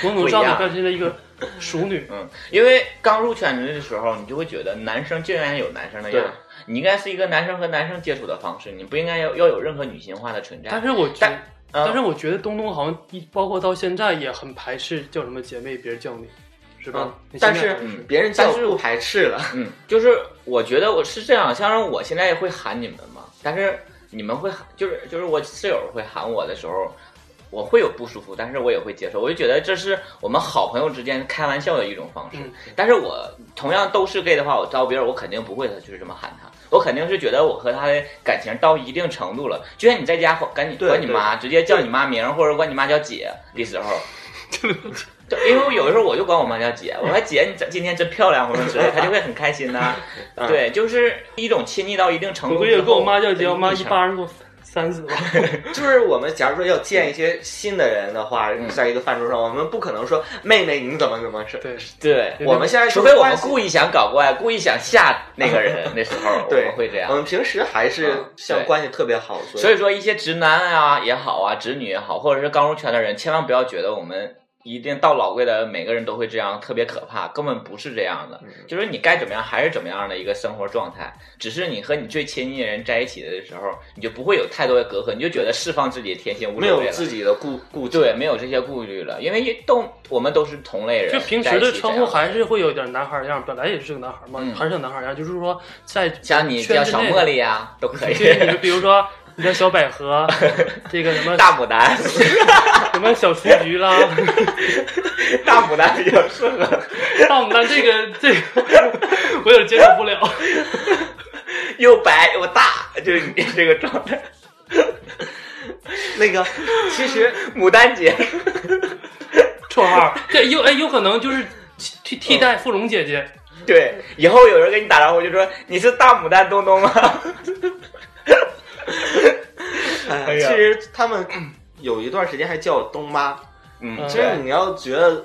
S12: 懵
S11: 不一
S12: 懂少女
S11: 样
S12: 变成了一个熟 女。
S11: 嗯，因为刚入圈子的时候，你就会觉得男生就应该有男生的样
S12: 对
S11: 子，你应该是一个男生和男生接触的方式，你不应该要要有任何女性化的存在。
S12: 但是我觉，但是我觉得东东好像一包括到现在也很排斥叫什么姐妹，别人叫你，是吧？你现
S11: 但
S12: 在
S11: 是
S12: 还
S11: 嗯
S13: 别人
S11: 但
S13: 叫
S11: 是
S13: 不排斥了。
S11: 嗯，就是我觉得我是这样，像是我现在也会喊你们嘛，但是你们会喊，就是就是我室友会喊我的时候，我会有不舒服，但是我也会接受，我就觉得这是我们好朋友之间开玩笑的一种方式。
S12: 嗯
S11: 但是我同样都是 gay 的话，我招别人，我肯定不会就是这么喊他，我肯定是觉得我和他的感情到一定程度了，就像你在家管你管你妈，直接叫你妈名儿或者管你妈叫姐的时 候。就因为有的时候我就管我妈叫姐，我说 姐，你这今天真漂亮，或者之类，她就会很开心 呐、
S12: 嗯
S11: 对，就是一种亲昵到一定程
S1: 嗯
S12: 我
S11: 度
S12: 闺
S11: 之
S12: 女
S11: 后，
S12: 跟我妈叫姐，我妈一巴
S11: 般
S12: 掌给我扇死了。
S13: 就是我们假如说要见一些新的人的话，
S11: 嗯
S13: 在一个饭桌上，我们不可能说妹妹你怎么怎么是。
S12: 对
S11: 对
S13: 我们现在
S11: 除非我们
S13: 故
S11: 故意想搞怪，故意想吓那个 人，那时候我
S13: 对
S11: 们会这样嗯
S13: 我。们平时还是像
S11: 对
S13: 关系特别好，
S11: 所以说，一些直男啊也好啊，直女也好，或者是刚入圈的人，千万不要觉得我们一定到老贵的每个人都会这样，特别可怕，根本不是这样
S12: 嗯
S11: 的。就是你该怎么样还是怎么样的一个生活状态，只是你和你最亲近的人在一起的时候，你就不会有太多的隔阂，你就觉得释放自己的天性无
S13: 没
S11: 所
S13: 有
S11: 谓了。
S13: 自己的顾顾忌。
S11: 对，没有这些顾虑了，因为都我们都是同类人，
S12: 就平
S11: 在
S12: 时
S11: 一
S12: 的
S11: 起
S12: 称
S11: 这
S12: 呼
S11: 样
S12: 还是会有点男孩儿样，本来也是个男孩儿嘛，还是个男孩儿样，就是说在
S11: 像你
S12: 圈
S11: 叫
S12: 子
S11: 小
S12: 内
S11: 茉莉呀都可以
S12: 对你就比如说你叫小百合，这个什么
S11: 大牡 丹，
S12: 什么小雏菊啦，
S11: 大牡丹比较适合。
S12: 大牡丹这个这个我有点接受不了，
S11: 又白又大，就是你这个状态。
S13: 那个，其实
S11: 牡丹 姐
S12: 绰号，这有哎有可能就是替替代芙蓉姐姐，
S11: 对，以后有人跟你打招呼就说你是大牡丹东东 吗？
S13: 哎
S11: 哎
S13: 呀
S11: 呀
S13: 其 实他们有一段时间还叫我东妈。
S11: 嗯
S13: 其实你要觉得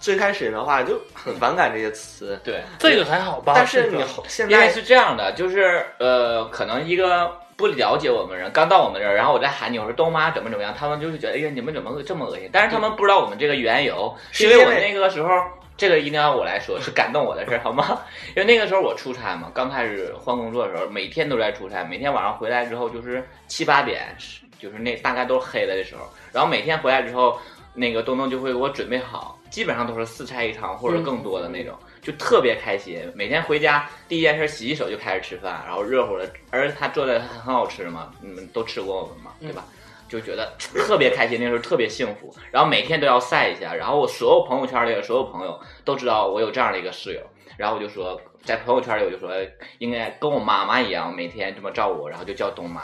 S13: 最开始的话就很反感这些词，
S11: 对，
S12: 这个还好吧？
S13: 但是
S12: 这
S13: 你
S12: 个
S13: 后现
S11: 因为
S13: 在
S11: 是这样的，就是呃，可能一个不了解我们人刚到我们这儿，然后我在喊你，我说东妈怎么怎么样，他们就是觉得哎呀你们怎么这么恶心？但是他们不知道我们这个缘由，
S13: 是
S11: 因为
S13: 因
S11: 我
S13: 为
S11: 那个时候。这个一定要我来说，是感动我的事儿，好吗？因为那个时候我出差嘛，刚开始换工作的时候，每天都在出差，每天晚上回来之后就是七八点，是就是那大概都是黑了的时候，然后每天回来之后，那个东东就会给我准备好，基本上都是四菜一汤或者更多的那种，就特别开心。每天回家第一件事洗洗手就开始吃饭，然后热乎的，而且他做的很好吃嘛，你们都吃过我们嘛，对吧？就觉得特别开心，那时候特别幸福，然后每天都要晒一下，然后我所有朋友圈里的所有朋友都知道我有这样的一个室友，然后我就说在朋友圈里我就说应该跟我妈妈一样，每天这么照顾我，然后就叫东妈，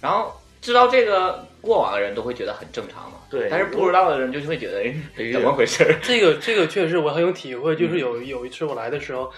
S11: 然后知道这个过往的人都会觉得很正常嘛，
S13: 对
S11: 但是不知道的人就会觉得哎怎么回事儿？
S12: 这个这个确实我很有体会，就是有
S11: 嗯
S12: 有一次我来的时候，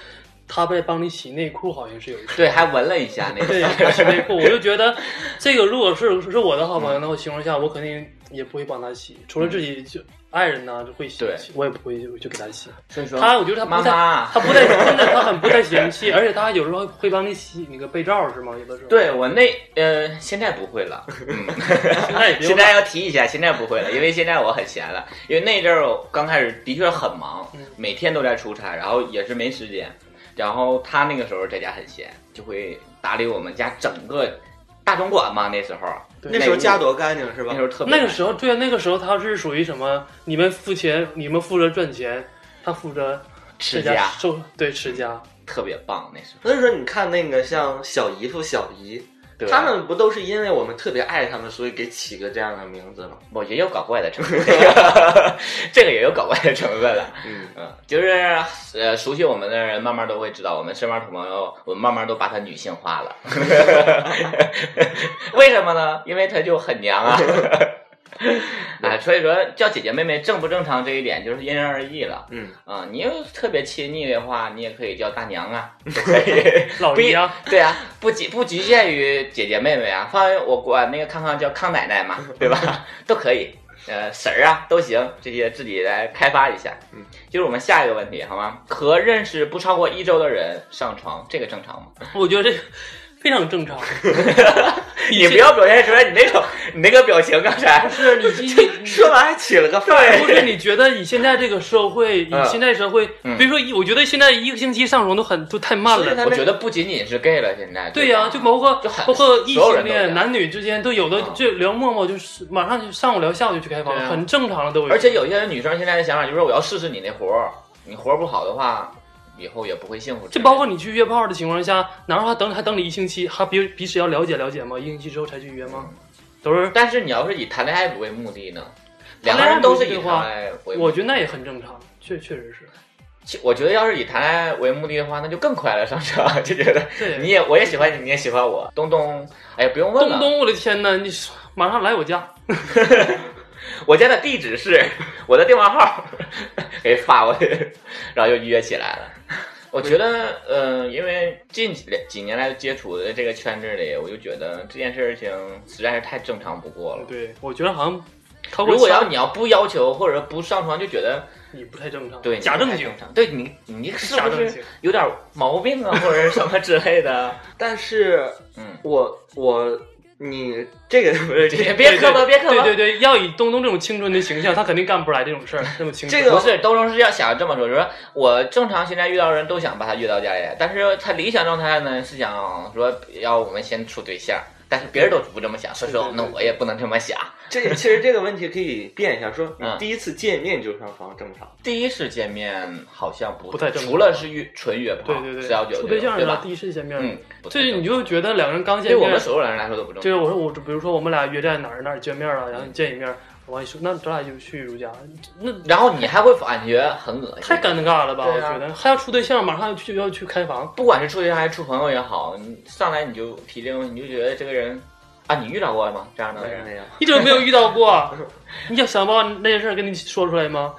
S12: 他在帮你洗内裤，好像是有一次。
S11: 对，还闻了一下那
S12: 对，
S11: 个，
S12: 洗内裤，我就觉得这个如果是是我的好朋友的情况下，我肯定也不会帮他洗，除了自己就爱人呐、就会洗，我也不会就就给他洗。
S11: 所以说
S12: 他，我觉得他不太，
S11: 妈妈
S12: 他不太，真的他很不太嫌弃，而且他有时候会帮你洗那个被罩是吗？有的时候。
S11: 对我那呃，现在不会了，嗯，现
S12: 在
S11: 现在要提一下，现在不会了，因为现在我很闲了，因为那阵儿我刚开始的确很忙，
S12: 嗯
S11: 每天都在出差，然后也是没时间，然后他那个时候在家很闲，就会打理我们家整个大总管嘛，那时候，
S12: 对
S13: 那时候
S11: 屋
S13: 家多干净是吧？
S11: 那时候特别
S12: 那个时候，对啊，那个时候他是属于什么？你们付钱，你们负责赚钱，他负责
S11: 持
S12: 在
S11: 家
S12: 收，对持家，
S11: 特别棒那时候。
S13: 所以说，你看那个像小姨夫、小姨，
S11: 对
S13: 他们不都是因为我们特别爱他们，所以给起个这样的名字吗？
S11: 我也有搞怪的成分， 这个也有搞怪的成分了。
S13: 嗯
S11: 嗯，就是呃，熟悉我们的人慢慢都会知道，我们身边的朋友，我们慢慢都把她女性化了。 为什么呢？因为她就很娘啊。啊，所以说叫姐姐妹妹正不正常这一点就是因人而异了。
S13: 嗯
S11: 啊、你要特别亲昵的话，你也可以叫大娘啊，都可以
S12: 老
S11: 不
S12: 姨
S11: 一
S12: 啊，
S11: 对啊，不局不局限于姐姐妹妹啊，放我管那个康康叫康奶奶嘛，对吧？ 都可以，呃，婶儿啊都行，这些自己来开发一下。
S13: 嗯，
S11: 就是我们下一个问题好吗？和认识不超过一周的人上床，这个正 常吗？
S12: 我觉得这个非常 正常。
S11: 你不要表现出来你那种你那个表情，刚才
S12: 是你你
S13: 说完还起了个范
S12: 不是你觉得以现在这个社会，以
S11: 嗯
S12: 现在社会，
S11: 嗯
S12: 比如说一，我觉得现在一个星期上床都很都太慢 了。
S11: 我觉得不仅仅是 gay 了，现在
S12: 对呀、就包括包括异
S11: 所有人都
S12: 性
S11: 这
S12: 恋，
S11: 样嗯
S12: 男女之间都有的，就聊陌陌，就是马上就上午聊，下午就去开房，
S11: 对啊
S12: 很正常的都有。
S11: 而且有些人女生现在的想法就是我要试试你那活儿，你活儿不好的话，以后也不会幸福。
S12: 就包括你去约炮的情况下，哪怕等还等你一星期，还彼彼此要了解了解吗？一星期之后才去约吗？都是。
S11: 但是你要是以谈恋爱为目的呢，
S12: 谈
S11: 两
S12: 恋
S11: 个
S12: 爱
S11: 人都是以
S12: 的
S11: 谈恋
S12: 话
S11: 爱为，目
S12: 我
S11: 的。
S12: 觉得那也很正常，确确实是。
S11: 其我觉得要是以谈恋爱为目的的话，那就更快乐上床， 就觉得
S12: 对
S11: 你也我也喜欢你，你也喜欢我。东东，哎呀，不用问了。
S12: 东东，我的天哪，你马上来我家，
S11: 我家的地址是我的电话号， 给发过去，然后就约起来了。我觉得，呃，因为近几几年来接触的这个圈子里，我就觉得这件事情实在是太正常不过了。
S12: 对，我觉得好像超过
S11: 如果要
S12: 上
S11: 你要不要求或者不上床，就觉得
S12: 你不太正常，
S11: 对
S12: 假正经，
S11: 对你你是
S12: 假
S11: 不
S12: 正经
S11: 是有点毛病啊，或者是什么之类 的？
S13: 但是，
S11: 嗯，
S13: 我我你这个 不是这
S11: 别磕巴别磕巴
S12: 对对对，要以东东这种青春的形象，他肯定干不出来这种事儿，这么青春。
S11: 不是东东是要想这么说，就是说我正常现在遇到人都想把他约到家里，但是他理想状态呢是想说要我们先处对象，但是别人都不这么想，所以说那我也不能这么想。
S13: 这其实这个问题可以变一下，说
S11: 嗯
S13: 你第一次见面就上床正常，
S11: 第一次见面好像不
S12: 不太正常
S11: 除了是约纯约炮，
S12: 对对对，
S11: 四幺九
S12: 处对象
S11: 对
S12: 是吧
S11: 吧？
S12: 第一次见
S11: 嗯
S12: 面，，
S11: 不
S12: 这你就觉得两个人刚见
S11: 对
S12: 面，
S11: 我们所有人来说都不正常。
S12: 就是我说我，比如说我们俩约在哪儿哪儿见面了，然后你见一面，完你说那咱俩就去如家，那
S11: 然后你还会感觉很恶心，
S12: 太尴尬了吧？
S11: 对
S12: 我
S11: 啊
S12: 觉得还要处对象，马上要去要去开房，
S11: 不管是处对象还是处朋友也好，你上来你就提这个问题，你就觉得这个人啊，你遇到过吗？这样的人
S13: 没有
S12: 你怎么没有遇到过？你想想把那件事儿跟你说出来吗？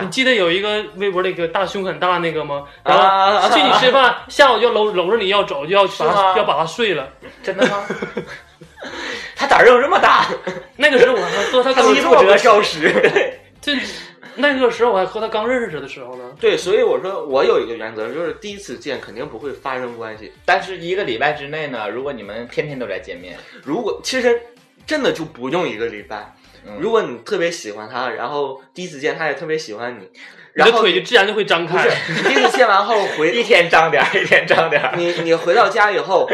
S12: 你记得有一个微博那个大胸很大那个吗？然
S11: 啊
S12: 后去你吃饭，下午就搂搂着你要走，就要把
S11: 吗
S12: 他要把他睡了。
S11: 真的 吗？他胆儿有这么大？
S12: 那个时候我还说他
S11: 他
S12: 根
S11: 一
S12: 本不
S11: 坐
S12: 觉得
S11: 个小时，
S12: 这那个时候我还和他刚认识的时候呢。
S13: 对，所以我说我有一个原则，就是第一次见肯定不会发生关系。
S11: 但是一个礼拜之内呢，如果你们天天都来见面，
S13: 如果其实真的就不用一个礼拜。
S11: 嗯
S13: 如果你特别喜欢他，然后第一次见他也特别喜欢你，然
S12: 你的
S13: 后
S12: 腿就自然就会张
S13: 不
S12: 开
S13: 是。你第一次见完后 回
S11: 一天张点儿，一天张 点儿。
S13: 你你回到家以后，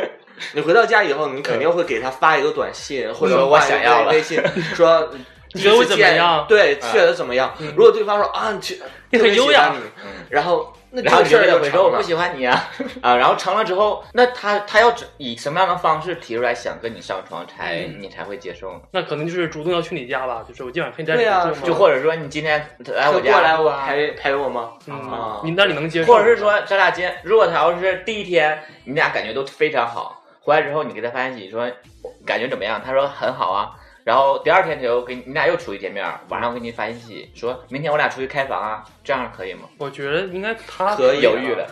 S13: 你回到家以后，你肯定会给他发一个短信，或者
S11: 说嗯我
S13: 发一个
S11: 想要了
S13: 微信 说。
S12: 你觉得我怎么样
S13: 第一次见对，
S11: 嗯
S13: 觉得怎么样？如果对方说啊，你去，
S12: 你很优雅
S13: 特别喜欢你，然后那
S11: 然后
S13: 这
S11: 你
S13: 个事儿
S11: 就
S13: 就
S11: 会
S13: 成
S11: 说我
S13: 了
S11: 不喜欢你 啊啊，然后成了之后，那他他要以什么样的方式提出来想跟你上床才、
S12: 嗯
S11: 你才会接受呢？
S12: 那可能就是主动要去你家吧，就是我今晚可以在你
S13: 对啊
S12: 家住吗？
S11: 就或者说你今天来我啊
S13: 就
S11: 家
S13: 过来我陪陪我吗？
S12: 嗯
S13: 啊，
S12: 你那你能接受吗？
S11: 或者是说咱俩今天，如果他要是第一天你俩感觉都非常好，回来之后你给他发信息说感觉怎么样，他说很好啊，然后第二天他又给你你俩又出去见面，晚上我给你发信息说明天我俩出去开房啊，这样可以吗？
S12: 我觉得应该他
S13: 可以啊
S11: 犹豫了，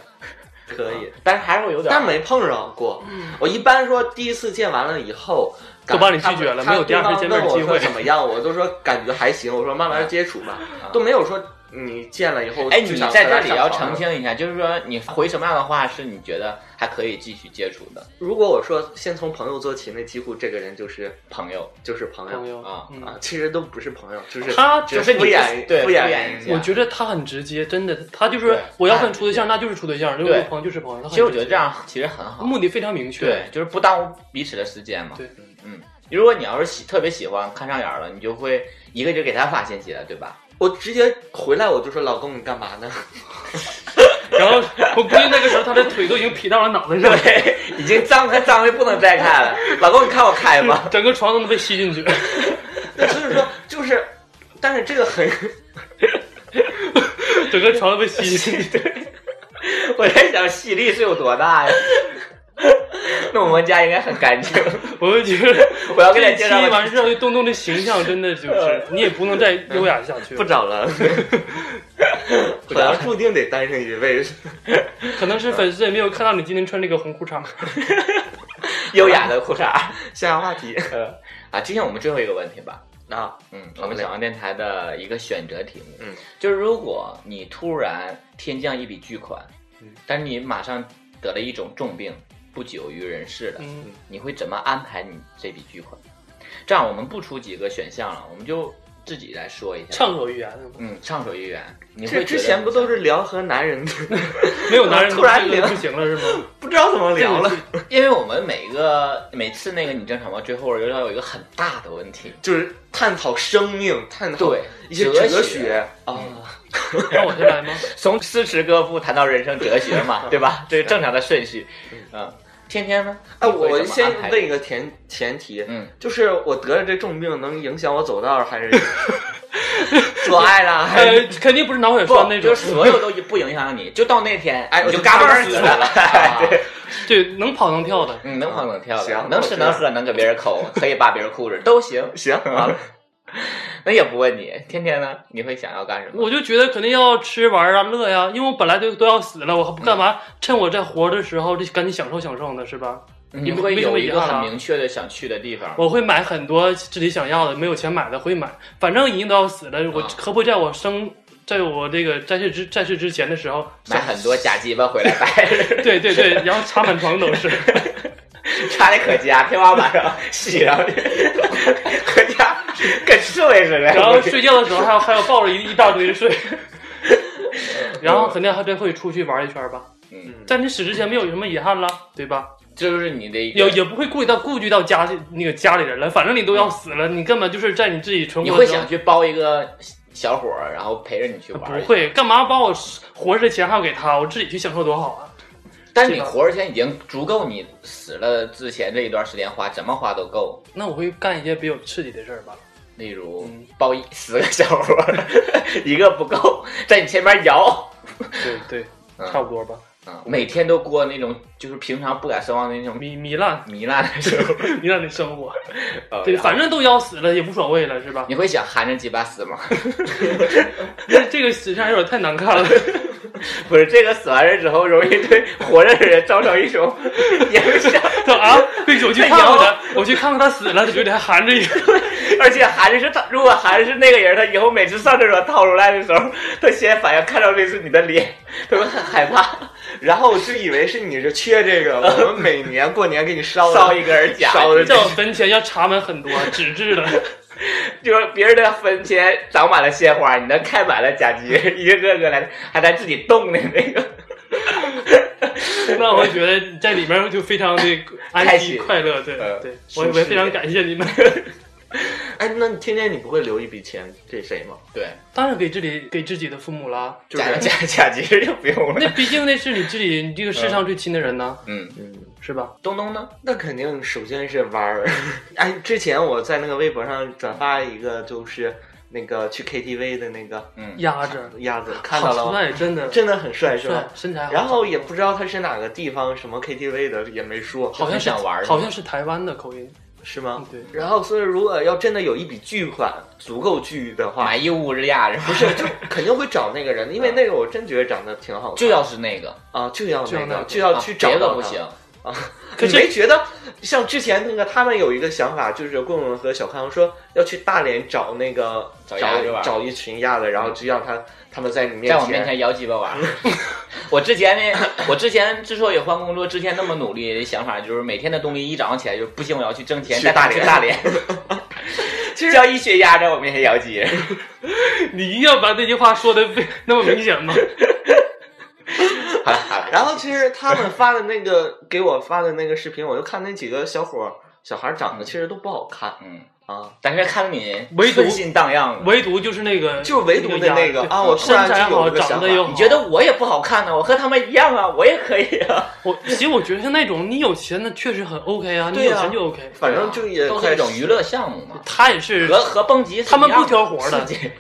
S13: 可以，
S11: 但是还是会有点儿，
S13: 但没碰着过。
S11: 嗯
S13: 我一般说第一次见完了以后，
S12: 都
S13: 感
S12: 把你拒绝了
S13: 他
S12: 没有第二次见面的机会
S13: 他问我说怎么样？我都说感觉还行，我说慢慢接触吧，都没有说你见了以后
S11: 嗯哎，
S13: 就
S11: 你
S13: 想
S11: 在
S13: 和他
S11: 这里
S13: 上
S11: 要
S13: 床
S11: 澄清一下，就是说你回什么样的话是你觉得还可以继续接触的
S13: 如果我说先从朋友做起，那几乎这个人就是
S11: 朋友
S13: 就是朋
S12: 朋
S13: 友
S12: 友
S11: 啊
S12: 嗯
S13: 啊，其实都不是朋友，就是
S12: 他
S13: 只
S11: 就是你
S13: 敷 衍
S11: 对
S13: 敷
S11: 敷衍
S13: 衍
S11: 一
S13: 一
S11: 下
S13: 下。
S12: 我觉得他很直接，真的，他就是
S11: 对
S12: 我要跟你处对象，那就是处对象；如果
S11: 对
S12: 是朋友就是朋友。他很
S11: 其实我觉得
S12: 直
S11: 这
S12: 接
S11: 样其实很好，
S12: 目的非常明确。
S11: 对，就是不耽误彼此的时间嘛。
S12: 对，
S11: 嗯，如果你要是喜特别喜欢看上眼儿了，你就会一个劲儿给他发信息了，对吧？
S13: 我直接回来我就说老公你干嘛呢？
S12: 然后我估计那个时候他的腿都已经劈到了脑袋上了，
S11: 对，已经张开张开不能再看了。 老公，你看我开吗？
S12: 整个床都能被吸进去。
S13: 所以说就是，但是这个很，
S12: 整个床都被吸进去。
S11: 我在想吸力是有多大呀？ 那我们家应该很干净。
S12: 我就觉得
S11: 我要给你介
S12: 这
S11: 绍
S12: 期
S11: 个
S12: 完之后，东东的形象真的就是你也不能再优雅下去
S13: 不
S12: 了，
S13: 找 了，好像注定得单身一辈子。
S12: 可能是粉丝也没有看到你今天穿这个红裤 衩。
S11: 优雅的裤衩儿
S13: 下一个 话题
S11: 啊！今天我们最后一个问题吧。
S13: 啊，
S11: 嗯，
S13: 好
S11: 我们
S13: 嘞
S11: 小王电台的一个选择题目，
S13: 嗯，
S11: 就是如果你突然天降一笔巨款，嗯，但是你马上得了一种重病，不久于人世了，
S12: 嗯，
S11: 你会怎么安排你这笔巨款？这样我们不出几个选项了，我们就自己来说一下，
S12: 畅所欲言，
S11: 嗯，畅所欲言。你
S13: 这
S11: 会
S13: 之前不都是聊和男人的，
S11: 嗯
S12: 没有男人
S13: 突然
S12: 就
S13: 聊
S12: 不行了是 吗？
S13: 不知道怎么聊了，
S11: 因为我们每个每次那个你正常吗？最后要有一个很大的问题，
S13: 就是探讨生命，探讨
S11: 对
S13: 一些
S11: 哲
S13: 哲
S11: 学
S13: 学啊。
S12: 让我先来吗？
S11: 从诗词歌赋谈到人生哲学 嘛，对吧？这是正常的顺序。嗯，天天呢？
S13: 哎，
S11: 你会
S13: 我
S11: 怎么
S13: 先
S11: 安排
S13: 问一个前前提，
S11: 嗯，
S13: 就是我得了这重病，能影响我走道儿还是 做爱啦？还是
S12: 呃，肯定不是脑血
S11: 哎不
S12: 栓那种
S11: 就，是所有都不影响你，就到那天，
S13: 哎
S11: 你
S13: 我
S11: 就
S13: 就
S11: 嘎
S13: 嘎
S11: 嘣
S13: 嘣
S11: 死
S13: 死
S11: 了。啊
S12: 对，能跑能跳的。
S11: 嗯，能跑能跳的，
S13: 啊行
S11: 能吃能喝，能给别人抠，可以扒 别人裤子都行。啊
S13: 行啊好了，
S11: 那也不问你，天天呢？你会想要干什么？
S12: 我就觉得肯定要吃玩啊乐呀、因为我本来就都要死了，我还不干
S11: 嗯
S12: 嘛？趁我在活着的时候，就赶紧享受享受呢，是吧？
S11: 你
S12: 没
S11: 嗯会
S12: 没什
S11: 有
S12: 么
S11: 一
S12: 遗
S11: 个
S12: 憾
S11: 很
S12: 了
S11: 明确的想去的地方。
S12: 我会买很多自己想要的，没有钱买的会买。反正已经都要死了，我
S11: 啊
S12: 何不在我生，在我这个在世之在世之前的时候，
S11: 买很多假鸡巴回来摆，
S12: 对对对，然后插满床都是。
S11: 插在可家天花板上洗上去，可家跟刺猬似的。
S12: 然后睡觉的时候还要还要抱着一一大 堆睡，然后肯定还真会出去玩一圈吧。
S11: 嗯，
S12: 在你死之前没有什么遗憾了，对吧？
S11: 这 就是你的一
S12: 也
S11: 个
S12: 也不会顾及到顾及到家那个家里人了，反正你都要死了，你根本就是在你自己存
S11: 嗯你
S12: 活
S11: 会
S12: 的时候
S11: 想去包一个小伙儿，然后陪着你去玩儿？
S12: 不会，干嘛把我活着的钱还要给他？我自己去享受多好啊！
S11: 但是你活着钱已经足够你死了之前这一段时间花，怎么花都够。
S12: 那我会干一些比较刺激的事儿吧。
S11: 例如
S12: 嗯
S11: 包一 十个小伙儿，一个不够，在你前面摇，
S12: 对对，
S11: 嗯
S12: 差不多吧。
S11: 嗯每天都过那种就是平常不敢奢望的那种
S12: 糜糜烂
S11: 糜烂的 生活。
S12: 糜烂的生活，
S11: 呃
S12: 对，
S11: 然后
S12: 反正都要死了，也无所谓了，是吧？
S11: 你会想含着鸡巴死吗？
S12: 这这个死相有点太难 看了。
S11: 不是，这个死完人之后容易对活着的人造成一种影响。
S12: 啊，被手机看过的，我去看看他死了，他嘴里还含着一个。
S11: 而且韩是他，如果韩是那个人，他以后每次上厕所掏出来的时候，他先反应看到这是你的脸，他会很害怕。
S13: 然后我就以为是你是缺这个，我们每年过年给你烧
S11: 烧一根假
S13: 烧的
S12: 这坟前要插满很多纸质的，
S11: 就是别人的坟前长满了鲜花，你的开满了假鸡， 一个个来，还在自己动的那个。
S12: 那我觉得在里面就非常的
S13: 开
S12: 安
S13: 心呃
S12: 逸快乐，对对，我我也非常感谢你们。
S13: 哎，那你天天你不会留一笔钱给谁吗？
S11: 对，
S12: 当然给自己给自己的父母啦，
S13: 就是假假节日就不用了。
S12: 那毕竟那是你自己你这个世上最亲的人呢，
S11: 嗯
S13: 嗯，
S12: 是吧？
S13: 东东呢？那肯定首先是玩儿。哎，之前我在那个微博上转发一个，就是那个去 KTV 的那个，
S11: 嗯
S12: 鸭子
S13: 鸭子看到了
S12: 好
S13: 吗
S12: 帅，？真的
S13: 真的很帅，是吧
S12: 帅？身材好
S13: 然后也不知道他是哪个地方什么 KTV 的，也没说，
S12: 好像是好像是台湾的口音，
S13: 是吗？
S11: 嗯
S12: 对。
S13: 然后，所以如果要真的有一笔巨款，足够巨的话，
S11: 买一屋子鸭子，
S13: 不是，就肯定会找那个人，因为那个我真觉得长得挺好看，
S11: 就要是那个
S13: 啊，就要
S11: 就要
S13: 那
S11: 那
S13: 个
S11: 个，
S13: 就要
S11: 啊
S13: 去
S11: 别
S13: 找
S11: 的
S13: 到
S11: 不
S13: 他
S11: 行
S13: 啊。
S12: 可
S13: 你
S12: 是
S13: 没觉得像之前那个他们有一个想法，就是棍棍和小康说要去大连找那个
S11: 找
S13: 找
S11: 鸭子玩
S13: 找一群鸭子，然后就让他他们在你面
S11: 在我面前摇鸡巴玩。 我之前呢，我之前之所以换工作，之前那么努力的想法就是，每天的动力一早上起来就是不行，我要去挣钱，
S13: 去
S11: 带他
S13: 大
S11: 去
S13: 连
S11: 大连。 叫一群鸭在我面前摇鸡，
S12: 你一定要把这句话说的那么 明显吗？
S13: 然后其实他们发的那个给我发的那个视频，我就看那几个小伙儿小孩儿长得其实都不好看，
S11: 嗯
S13: 啊，
S11: 但是看你
S12: 唯独
S11: 春心荡漾的。
S12: 唯独就是那个，
S13: 就唯独的那
S12: 那
S13: 个
S12: 鸭
S13: 啊，我突
S12: 身
S13: 然
S12: 材
S13: 就有
S12: 好，
S13: 一个
S12: 长
S13: 想法
S12: 得，又
S11: 你
S12: 好。
S11: 觉得我也不好看呢？我和他们一样啊，我也可以啊。
S12: 我其实我觉得像那种你有钱的确实很 OK 啊，你
S13: 对
S12: 有
S13: 啊
S12: 钱就 OK。
S13: 反正就也
S11: 都是
S13: 快
S11: 一种娱乐项目嘛，
S12: 他也是
S11: 和和蹦极是
S12: 他们
S11: 一样
S12: 不挑活的
S11: 刺激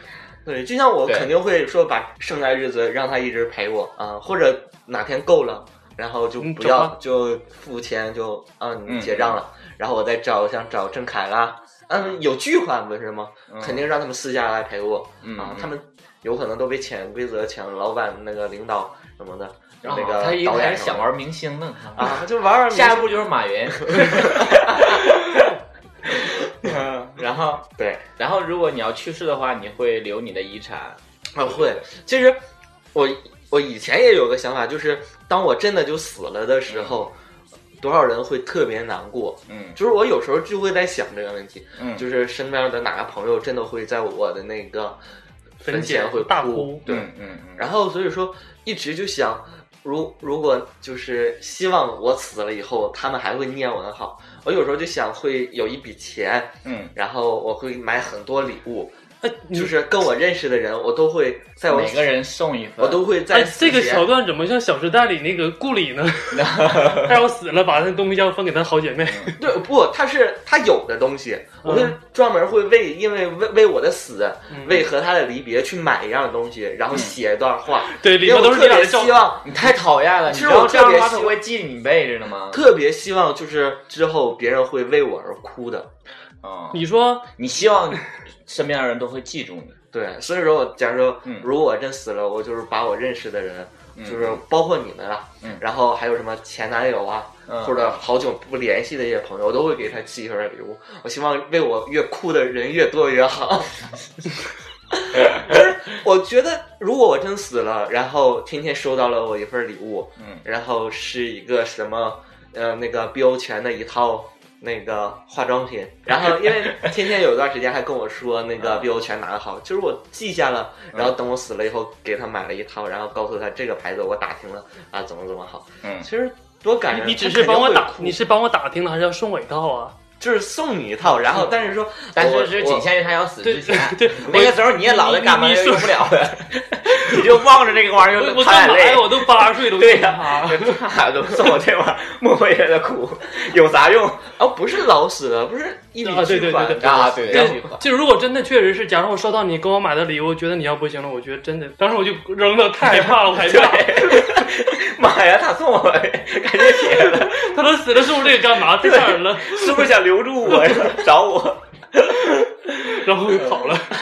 S13: 对，就像我
S11: 对
S13: 肯定会说把剩下的日子让他一直陪我啊、或者哪天够了，然后就
S12: 嗯
S13: 不
S12: 找
S13: 要、
S12: 他
S13: 就付钱就啊
S11: 嗯
S13: 你结账了，然后我再找像找郑恺啦，嗯有巨款不是吗？
S11: 嗯
S13: 肯定让他们私下来陪我、
S11: 嗯
S13: 啊
S11: 嗯，
S13: 他们有可能都被潜规则、潜老板那个领导什么的，
S11: 然后
S13: 那个
S11: 哦他一
S13: 导
S11: 开
S13: 演
S11: 始想玩明星呢，他
S13: 啊，就玩 玩
S11: 下一
S13: 步，
S11: 步就是马云。然后，
S13: 对，
S11: 然后如果你要去世的话，你会留你的遗产。
S13: 啊会，其实我我以前也有个想法，就是当我真的就死了的时候，多少人会特别难过。
S11: 嗯
S13: 就是我有时候就会在想这个问题，
S11: 嗯
S13: 就是身边的哪个朋友真的会在我的那个坟前会
S12: 大
S13: 哭
S12: 哭，
S13: 对，
S11: 嗯嗯嗯，
S13: 然后所以说一直就想，如如果就是希望我死了以后，他们还会念我的好。我有时候就想会有一笔钱，
S11: 嗯，
S13: 然后我会买很多礼物，
S12: 哎，你
S13: 就是跟我认识的人，我都会在我
S11: 呃每个人送一份，
S13: 我都会在
S12: 哎，
S13: 死
S12: 这个
S13: 前
S12: 桥段怎么像《小时代》里那个 顾里呢？让我死了，把那东西要分给他好姐妹。
S13: 对，不，他是他有的东西，我会
S12: 嗯
S13: 专门会为因为为为我的死，为和他的离别去买一样东西，然后写一段话。
S12: 对嗯里面
S13: 因为
S12: 都
S13: 我
S12: 是
S13: 特
S12: 你俩
S13: 别
S12: 的照
S13: 希望，
S11: 你太讨厌了。
S13: 其
S11: 你
S13: 实
S11: 知道
S13: 我
S11: 这样的
S13: 特别
S11: 话，他
S13: 希
S11: 会记你辈子的吗？
S13: 特别希望就是之后别人会为我而哭的。
S11: 啊，
S12: 你说
S11: 你希望身边的人都会记住你。
S13: 对，所以说我假如说
S11: 嗯
S13: 如果我真死了，我就是把我认识的人，
S11: 嗯
S13: 就是包括你们啊，
S11: 嗯
S13: 然后还有什么前男友啊，
S11: 嗯
S13: 或者好久不联系的一些朋友，我都会给他寄一份礼物。我希望为我越哭的人越多 越好。就是我觉得，如果我真死了，然后天天收到了我一份礼物，
S11: 嗯
S13: 然后是一个什么呃那个 BO 泉的一套那个化妆品，然后因为天天有一段时间还跟我说那
S11: 嗯
S13: 个 BO 泉哪个好，就是我记下了，然后等我死了以后给他买了一套，然后告诉他这个牌子我打听了啊怎么怎么好，
S11: 嗯
S13: 其实多感
S12: 你
S13: 人。
S12: 你只
S13: 哎他
S12: 是
S13: 肯定
S12: 帮我
S13: 会
S12: 打，
S13: 哭
S12: 你是帮我打听的，还是要送我一套啊？
S13: 就是送你一套，然后但是说
S11: 但
S13: 我
S11: 是是仅限于他要死之前，
S12: 对，
S11: 那个时候你也老在干嘛
S12: 你
S11: 又
S12: 你
S11: 用不了了，你就望着这个玩意儿
S12: 我
S11: 就
S12: 我
S11: 淌
S12: 干
S11: 眼
S12: 嘛
S11: 泪
S12: 呀？。我都八十岁 了，
S11: 对
S12: 呀、
S11: 呀，他都送我这玩意儿，默默在那哭，有啥用
S13: 啊不是老死了，不是一笔
S12: 啊对
S13: 巨
S12: 对
S13: 款
S12: 对对
S11: 啊？对，
S13: 然
S11: 这
S13: 后
S11: 句话
S12: 就如果真的确实是，假如我收到你给我买的礼物，我觉得你要不行了，我觉得真的，当时我就扔了，太害怕了，我害怕。
S11: 对，妈呀，他送我，赶紧撇了，
S12: 他都死了，送我这个干嘛？太吓人了。
S11: 是不是想留住我呀？找我？
S12: 然后就跑了。
S13: 嗯
S12: 嗯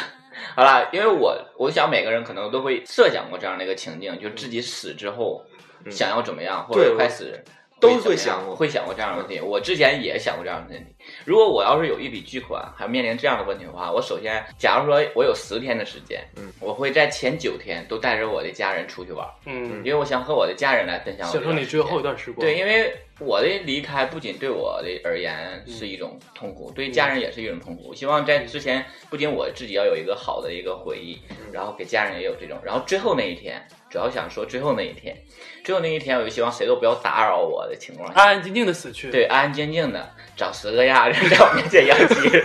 S11: 好了，因为我我想每个人可能都会设想过这样的一个情境，就自己死之后想要怎么样，或者
S13: 对
S11: 快死
S13: 都
S11: 会
S13: 会
S11: 怎么样
S13: 想过
S11: 会想过这样的问题。我之前也想过这样的问题，如果我要是有一笔巨款，还面临这样的问题的话，我首先，假如说我有十天的时间，
S13: 嗯，
S11: 我会在前九天都带着我的家人出去玩，
S12: 嗯
S11: 因为我想和我的家人来分享我这
S12: 享受
S11: 段
S12: 你
S11: 时
S12: 最
S11: 间
S12: 后一段时光。
S11: 对，因为我的离开不仅对我的而言
S12: 嗯
S11: 是一种痛苦，对家人也是一种痛苦。我希望在之前，不仅我自己要有一个好的一个回忆，
S12: 嗯
S11: 然后给家人也有这种。然后最后那一天，主要想说最后那一天，最后那一天，我就希望谁都不要打扰我的情况下，
S12: 安安静静的死去。
S11: 对，安安静静的找十个亚人在我面前摇旗，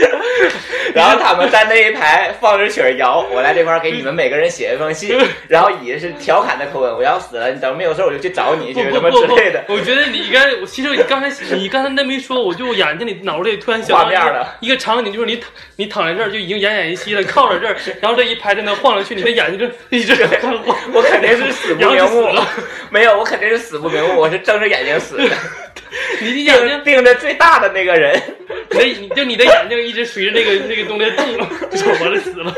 S11: 然后他们在那一排放着曲儿摇，我来这块儿给你们每个人写一封 信，然后以是调侃的口吻，我要死了，你等没有事儿我就去找你去什
S12: 不不
S11: 么
S12: 不
S11: 之类的。
S12: 不，我觉得你应该，我其实你刚才 你刚才那么一说，我就眼睛里脑子里突然想
S11: 画
S12: 到一
S11: 面
S12: 个
S11: 了
S12: 一个场景，就是你躺你躺在这儿就已经奄奄一息了，靠着这儿，然后这一拍在那晃来去，你的眼睛 就一直在看晃，
S11: 我肯定是死不
S12: 然后
S11: 瞑
S12: 就死
S11: 目
S12: 了。，
S11: 没有，我肯定是死不瞑目，我是睁着眼睛死的。
S12: 你眼睛
S11: 盯着最大的那个人，
S12: 你的你就你的眼睛一直随着那个那个东西动了，就完了死 了。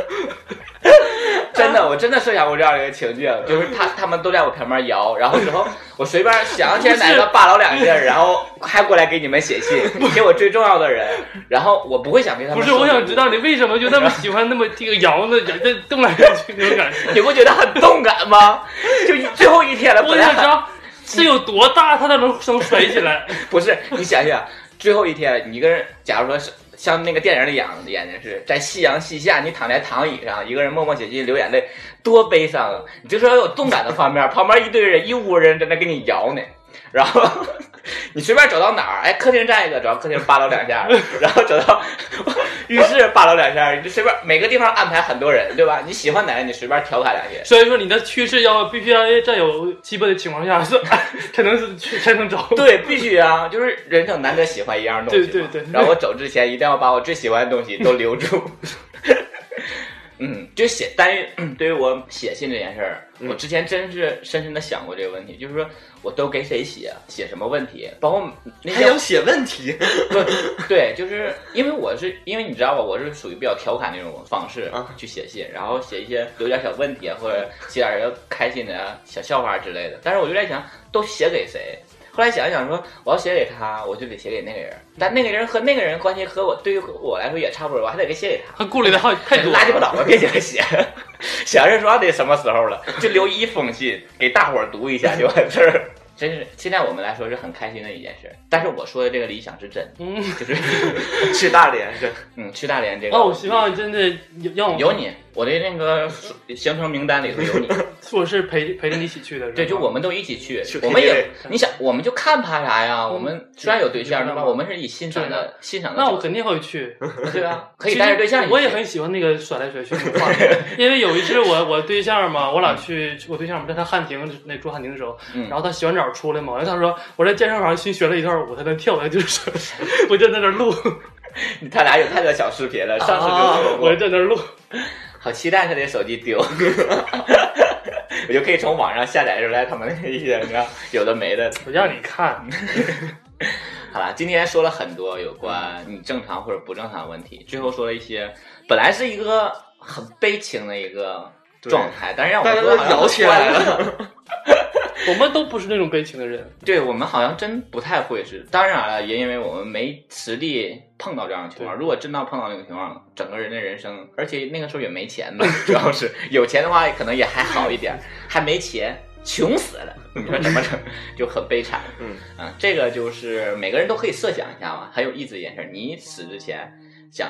S11: 真的，我真的设想过这样的一个情境，就是他他们都在我旁边摇，然后之后我随便想起来哪个霸老两下，然后还过来给你们写信，给我最重要的人，然后我不会想给他们
S12: 不是，
S11: 说
S12: 我想知道你为什么就那么喜欢那么这个摇呢，这动来动去那种感觉，
S11: 你不觉得很动感吗？就最后一天了，
S12: 我想知道是有多大，它才能能甩起来？
S11: 不是，你想想，最后一天，你一个人，假如说是像那个电影里演的演的是在夕阳西下，你躺在躺椅上，一个人默默写信，流眼泪，多悲伤啊！你就说要有动感的方面，旁边一堆人，一屋人在那给你摇呢，然后 你随便走到哪儿，哎，客厅站一个，走到客厅扒拉两下，然后走到浴室扒拉两下，你就随便每个地方安排很多人，对吧？你喜欢哪个，你随便调侃两句。
S12: 所以说你的趋势要必须要在有基本的情况下 是才能去才能找。
S11: 对，必须啊，就是人生难得喜欢一样东西嘛。
S12: 对对对
S11: 然后我走之前一定要把我最喜欢的东西都留住。嗯，就写，但是嗯对于我写信这件事儿，我之前真是深深的想过这个问题，就是说我都给谁写，写什么问题，包括那
S13: 还
S11: 些
S13: 要写问题，
S11: 不对，就是因为我是因为你知道吧，我是属于比较调侃那种方式
S12: 啊
S11: 去写信，然后写一些留点小问题啊，或者写点儿开心的啊小笑话之类的。但是我就在想，都写给谁？后来想一想说，我要写给他，我就得写给那个人，但那个人和那个人关系和我对于我来说也差不多，我还得给写给他。
S12: 他顾虑的好太多了
S11: 垃圾不倒吧，别写写。 想着说得什么时候了，就留一封信给大伙儿读一下就完事儿。 真是，现在我们来说是很开心的一件事。但是我说的这个理想是真的，
S12: 嗯，
S11: 就是去大连是，嗯，去大连这个。
S12: 啊，我希望真的有让我
S11: 有你，，我的那个行程名单里头 有你。
S12: 我是陪陪着你一起去的。是吧
S11: 对，就我们都一起去
S12: 去，
S11: 我们也
S12: KTV，
S11: 你想，我们就看怕啥呀？
S12: 嗯
S11: 我们虽然有对象，
S12: 对
S11: 对吧？我们是以欣赏的欣赏的角
S12: 那
S11: 度。。
S12: 我肯定会去
S11: 对啊可以带着对象一起去
S12: 我也很喜欢那个甩来甩去的画 面，因为有一次我我对象嘛，我俩去我对象嘛，在他汉庭那住汉庭的时候，
S11: 嗯
S12: 然后他洗完澡出来嘛，然后他说我在健身房新学了一段舞，他在那跳，他就是 我就在那录，
S11: 他俩有太多小视频了， 上次就说过
S12: 我在那录，
S11: 好期待他的手机丢， 我就可以从网上下载出来他们那些，你知道有的没的。
S12: 我让你看，
S11: 好了，今天说了很多有关你正常或者不正常的问题，最后说了一些本来是一个很悲情的一个状态，但是让我们
S13: 大家都
S11: 说好像
S13: 摇起来了
S11: 很欢乐。
S12: 我们都不是那种悲情的人，
S11: 对我们好像真不太会是，当然了，也因为我们没实力碰到这样的情况。如果真到碰到那种情况，整个人的人生，而且那个时候也没钱呢， 主要是有钱的话可能也还好一点，还没钱，穷死了，你说怎么整，就很悲惨。
S13: 嗯
S11: 啊，这个就是每个人都可以设想一下嘛，很有意思的一件事儿。你死之前想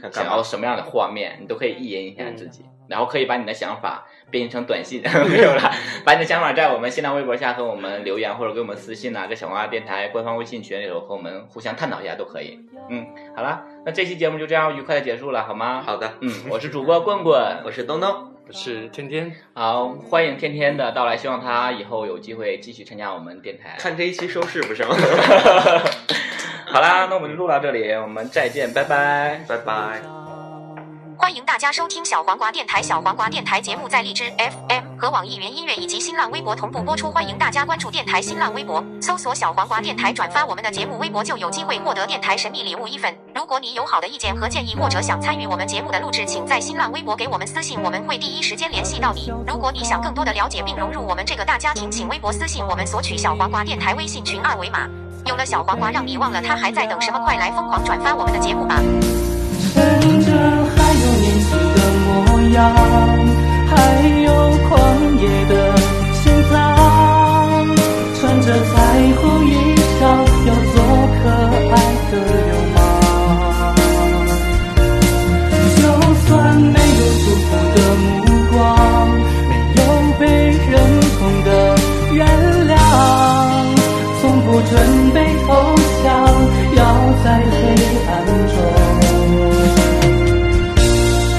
S13: 看
S11: 想
S13: 干嘛
S11: 要什么样的画面，你都可以意淫一下自己， 然后可以把你的想法编辑成短 信，没有了，把你的想法在我们新浪微博下和我们留言，或者给我们私信呐、在小黄鸭电台官方微信群里头和我们互相探讨一下都可以。嗯，好了，那这期节目就这样愉快的结束了，好吗？好的，嗯，我是主播棍棍， 我是东东。
S12: 我是天天，
S11: 好，欢迎天天的到来，希望他以后有机会继续参加我们电台。
S13: 看这一期收视不是吗？
S11: 好啦，那我们就录到这里，我们再见，拜拜，
S13: 拜拜。
S14: 欢迎大家收听小黄瓜电台。小黄瓜电台节目在荔枝 FM 和网易云音乐以及新浪微博同步播出，欢迎大家关注电台新浪微博，搜索“小黄瓜电台”，转发我们的节目微博就有机会获得电台神秘礼物一份。如果你有好的意见和建议，或者想参与我们节目的录制，请在新浪微博给我们私信，我们会第一时间联系到你。如果你想更多的了解并融入我们这个大家庭，请微博私信我们索取小黄瓜电台微信群二维码。有了小黄瓜，让你忘了他还在等什么，快来疯狂转发我们的节目吧！
S12: 乘着还有年轻的模样，还有狂野的心脏，穿着彩虹衣裳，要做可爱的流氓。就算没有祝福的目光，没有被认同的原谅，从不准备投降，要在黑暗中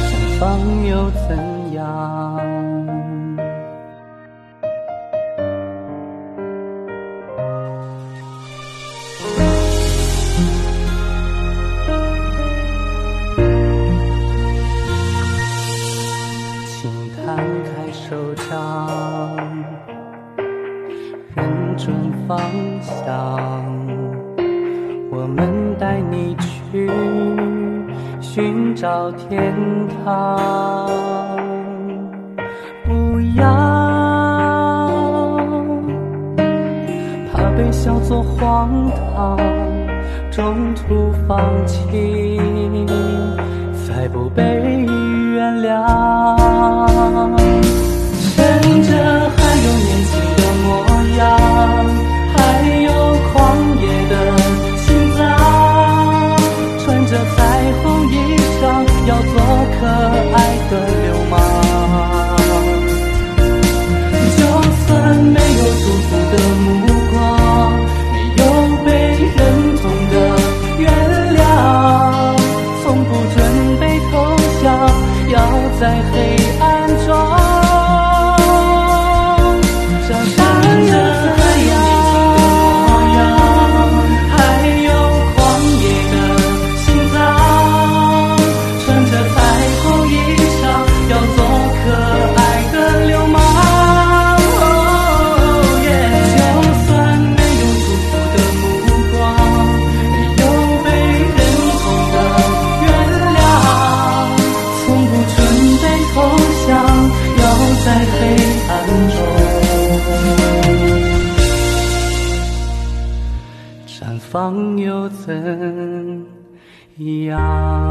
S12: 绽放又怎样？请摊开手掌，认准方向，我们带你去寻找天堂。不要怕被笑作荒唐，中途放弃。才不被原谅。趁着还有年轻的模样，还有狂野的心脏，穿着彩虹衣裳，要做可爱的流氓。就算没有祝福的目光，没有被认同的原谅。从不准备投降，要在黑暗中找到着太阳，还有狂野的心脏，穿着彩虹衣裳，要做可爱的流氓。哦耶就算没有祝福的目光。有被认同的原谅，从不准备投降，要在黑暗中绽放又怎样？